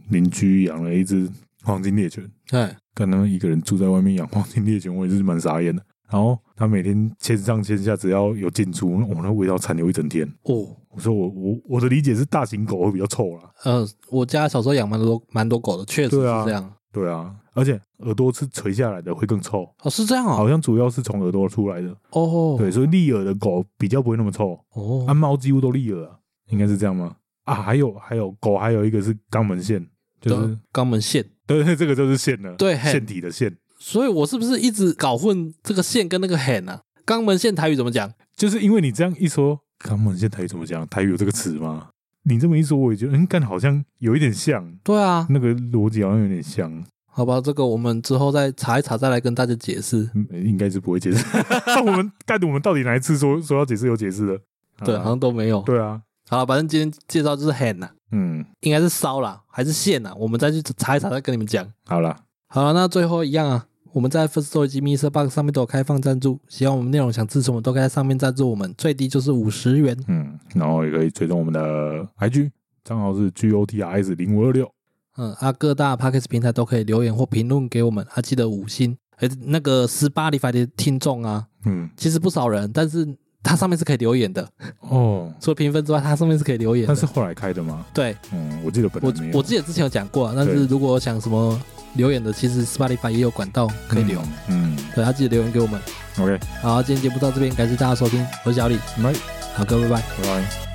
Speaker 2: 邻居养了一只黄金猎犬，
Speaker 1: 哎，
Speaker 2: 跟他们一个人住在外面养黄金猎犬，我也是蛮傻眼的。然后他每天千上千下，只要有进出，我、哦、那味道残留一整天。
Speaker 1: 哦，
Speaker 2: 我说我我我的理解是大型狗会比较臭啦，
Speaker 1: 呃，我家小时候养蛮多蛮多狗的，确实是
Speaker 2: 对啊
Speaker 1: 这样。
Speaker 2: 对啊，而且耳朵是垂下来的会更臭，
Speaker 1: 哦，是这样
Speaker 2: 好
Speaker 1: 哦。
Speaker 2: 像主要是从耳朵出来的。
Speaker 1: 哦，
Speaker 2: 对，所以立耳的狗比较不会那么臭，
Speaker 1: 哦，
Speaker 2: 啊，猫几乎都立耳、啊，应该是这样吗？啊，还有还有狗，还有一个是肛门腺，就是
Speaker 1: 肛门腺。
Speaker 2: 对 对，这个就是腺了，
Speaker 1: 啊对嘿
Speaker 2: 腺体的腺，
Speaker 1: 所以我是不是一直搞混这个腺跟那个 hen 啊？肛门腺台语怎么讲？
Speaker 2: 就是因为你这样一说，肛门腺台语怎么讲？台语有这个词吗？你这么一说，我也觉得，嗯，干好像有一点像，
Speaker 1: 对啊，
Speaker 2: 那个逻辑好像有点像，
Speaker 1: 好吧，这个我们之后再查一查，再来跟大家解释。
Speaker 2: 嗯应该是不会 解释。那我们干，我们到底哪一次说说要解释有解释的？
Speaker 1: 对，
Speaker 2: 啊
Speaker 1: 好像都没有。
Speaker 2: 对啊，
Speaker 1: 好了，反正今天介绍就是 hen 呐、啊，
Speaker 2: 嗯，
Speaker 1: 应该是烧啦，还是线呐、啊？我们再去查一查，再跟你们讲。
Speaker 2: 好啦，
Speaker 1: 好了，那最后一样啊，我们在 First Story 及 Mr. Box 上面都有开放赞助，喜欢我们内容想支持我们，都可以在上面赞助我们，最低就是五十元。
Speaker 2: 嗯，然后也可以追踪我们的 IG 账号是 G O T R S 零五二六。
Speaker 1: 嗯，啊，各大 Podcast 平台都可以留言或评论给我们，啊，记得五星。哎，那个十八里法的听众啊，
Speaker 2: 嗯，
Speaker 1: 其实不少人，但是它上面是可以留言的，
Speaker 2: 哦，
Speaker 1: 除了评分之外，它上面是可以留言的。
Speaker 2: 那是后来开的吗？
Speaker 1: 对
Speaker 2: 嗯，我记得本
Speaker 1: 我
Speaker 2: 来没有。
Speaker 1: 我记得之前有讲过、啊，但是
Speaker 2: 对
Speaker 1: 如果想什么留言的，其实 Spotify 也有管道可以留。
Speaker 2: 嗯。
Speaker 1: 对，啊，记得留言给我们。
Speaker 2: 嗯，OK，
Speaker 1: 好，今天节目到这边，感谢大家收听，我是小李，
Speaker 2: 拜
Speaker 1: 好，各位拜拜。
Speaker 2: 拜拜。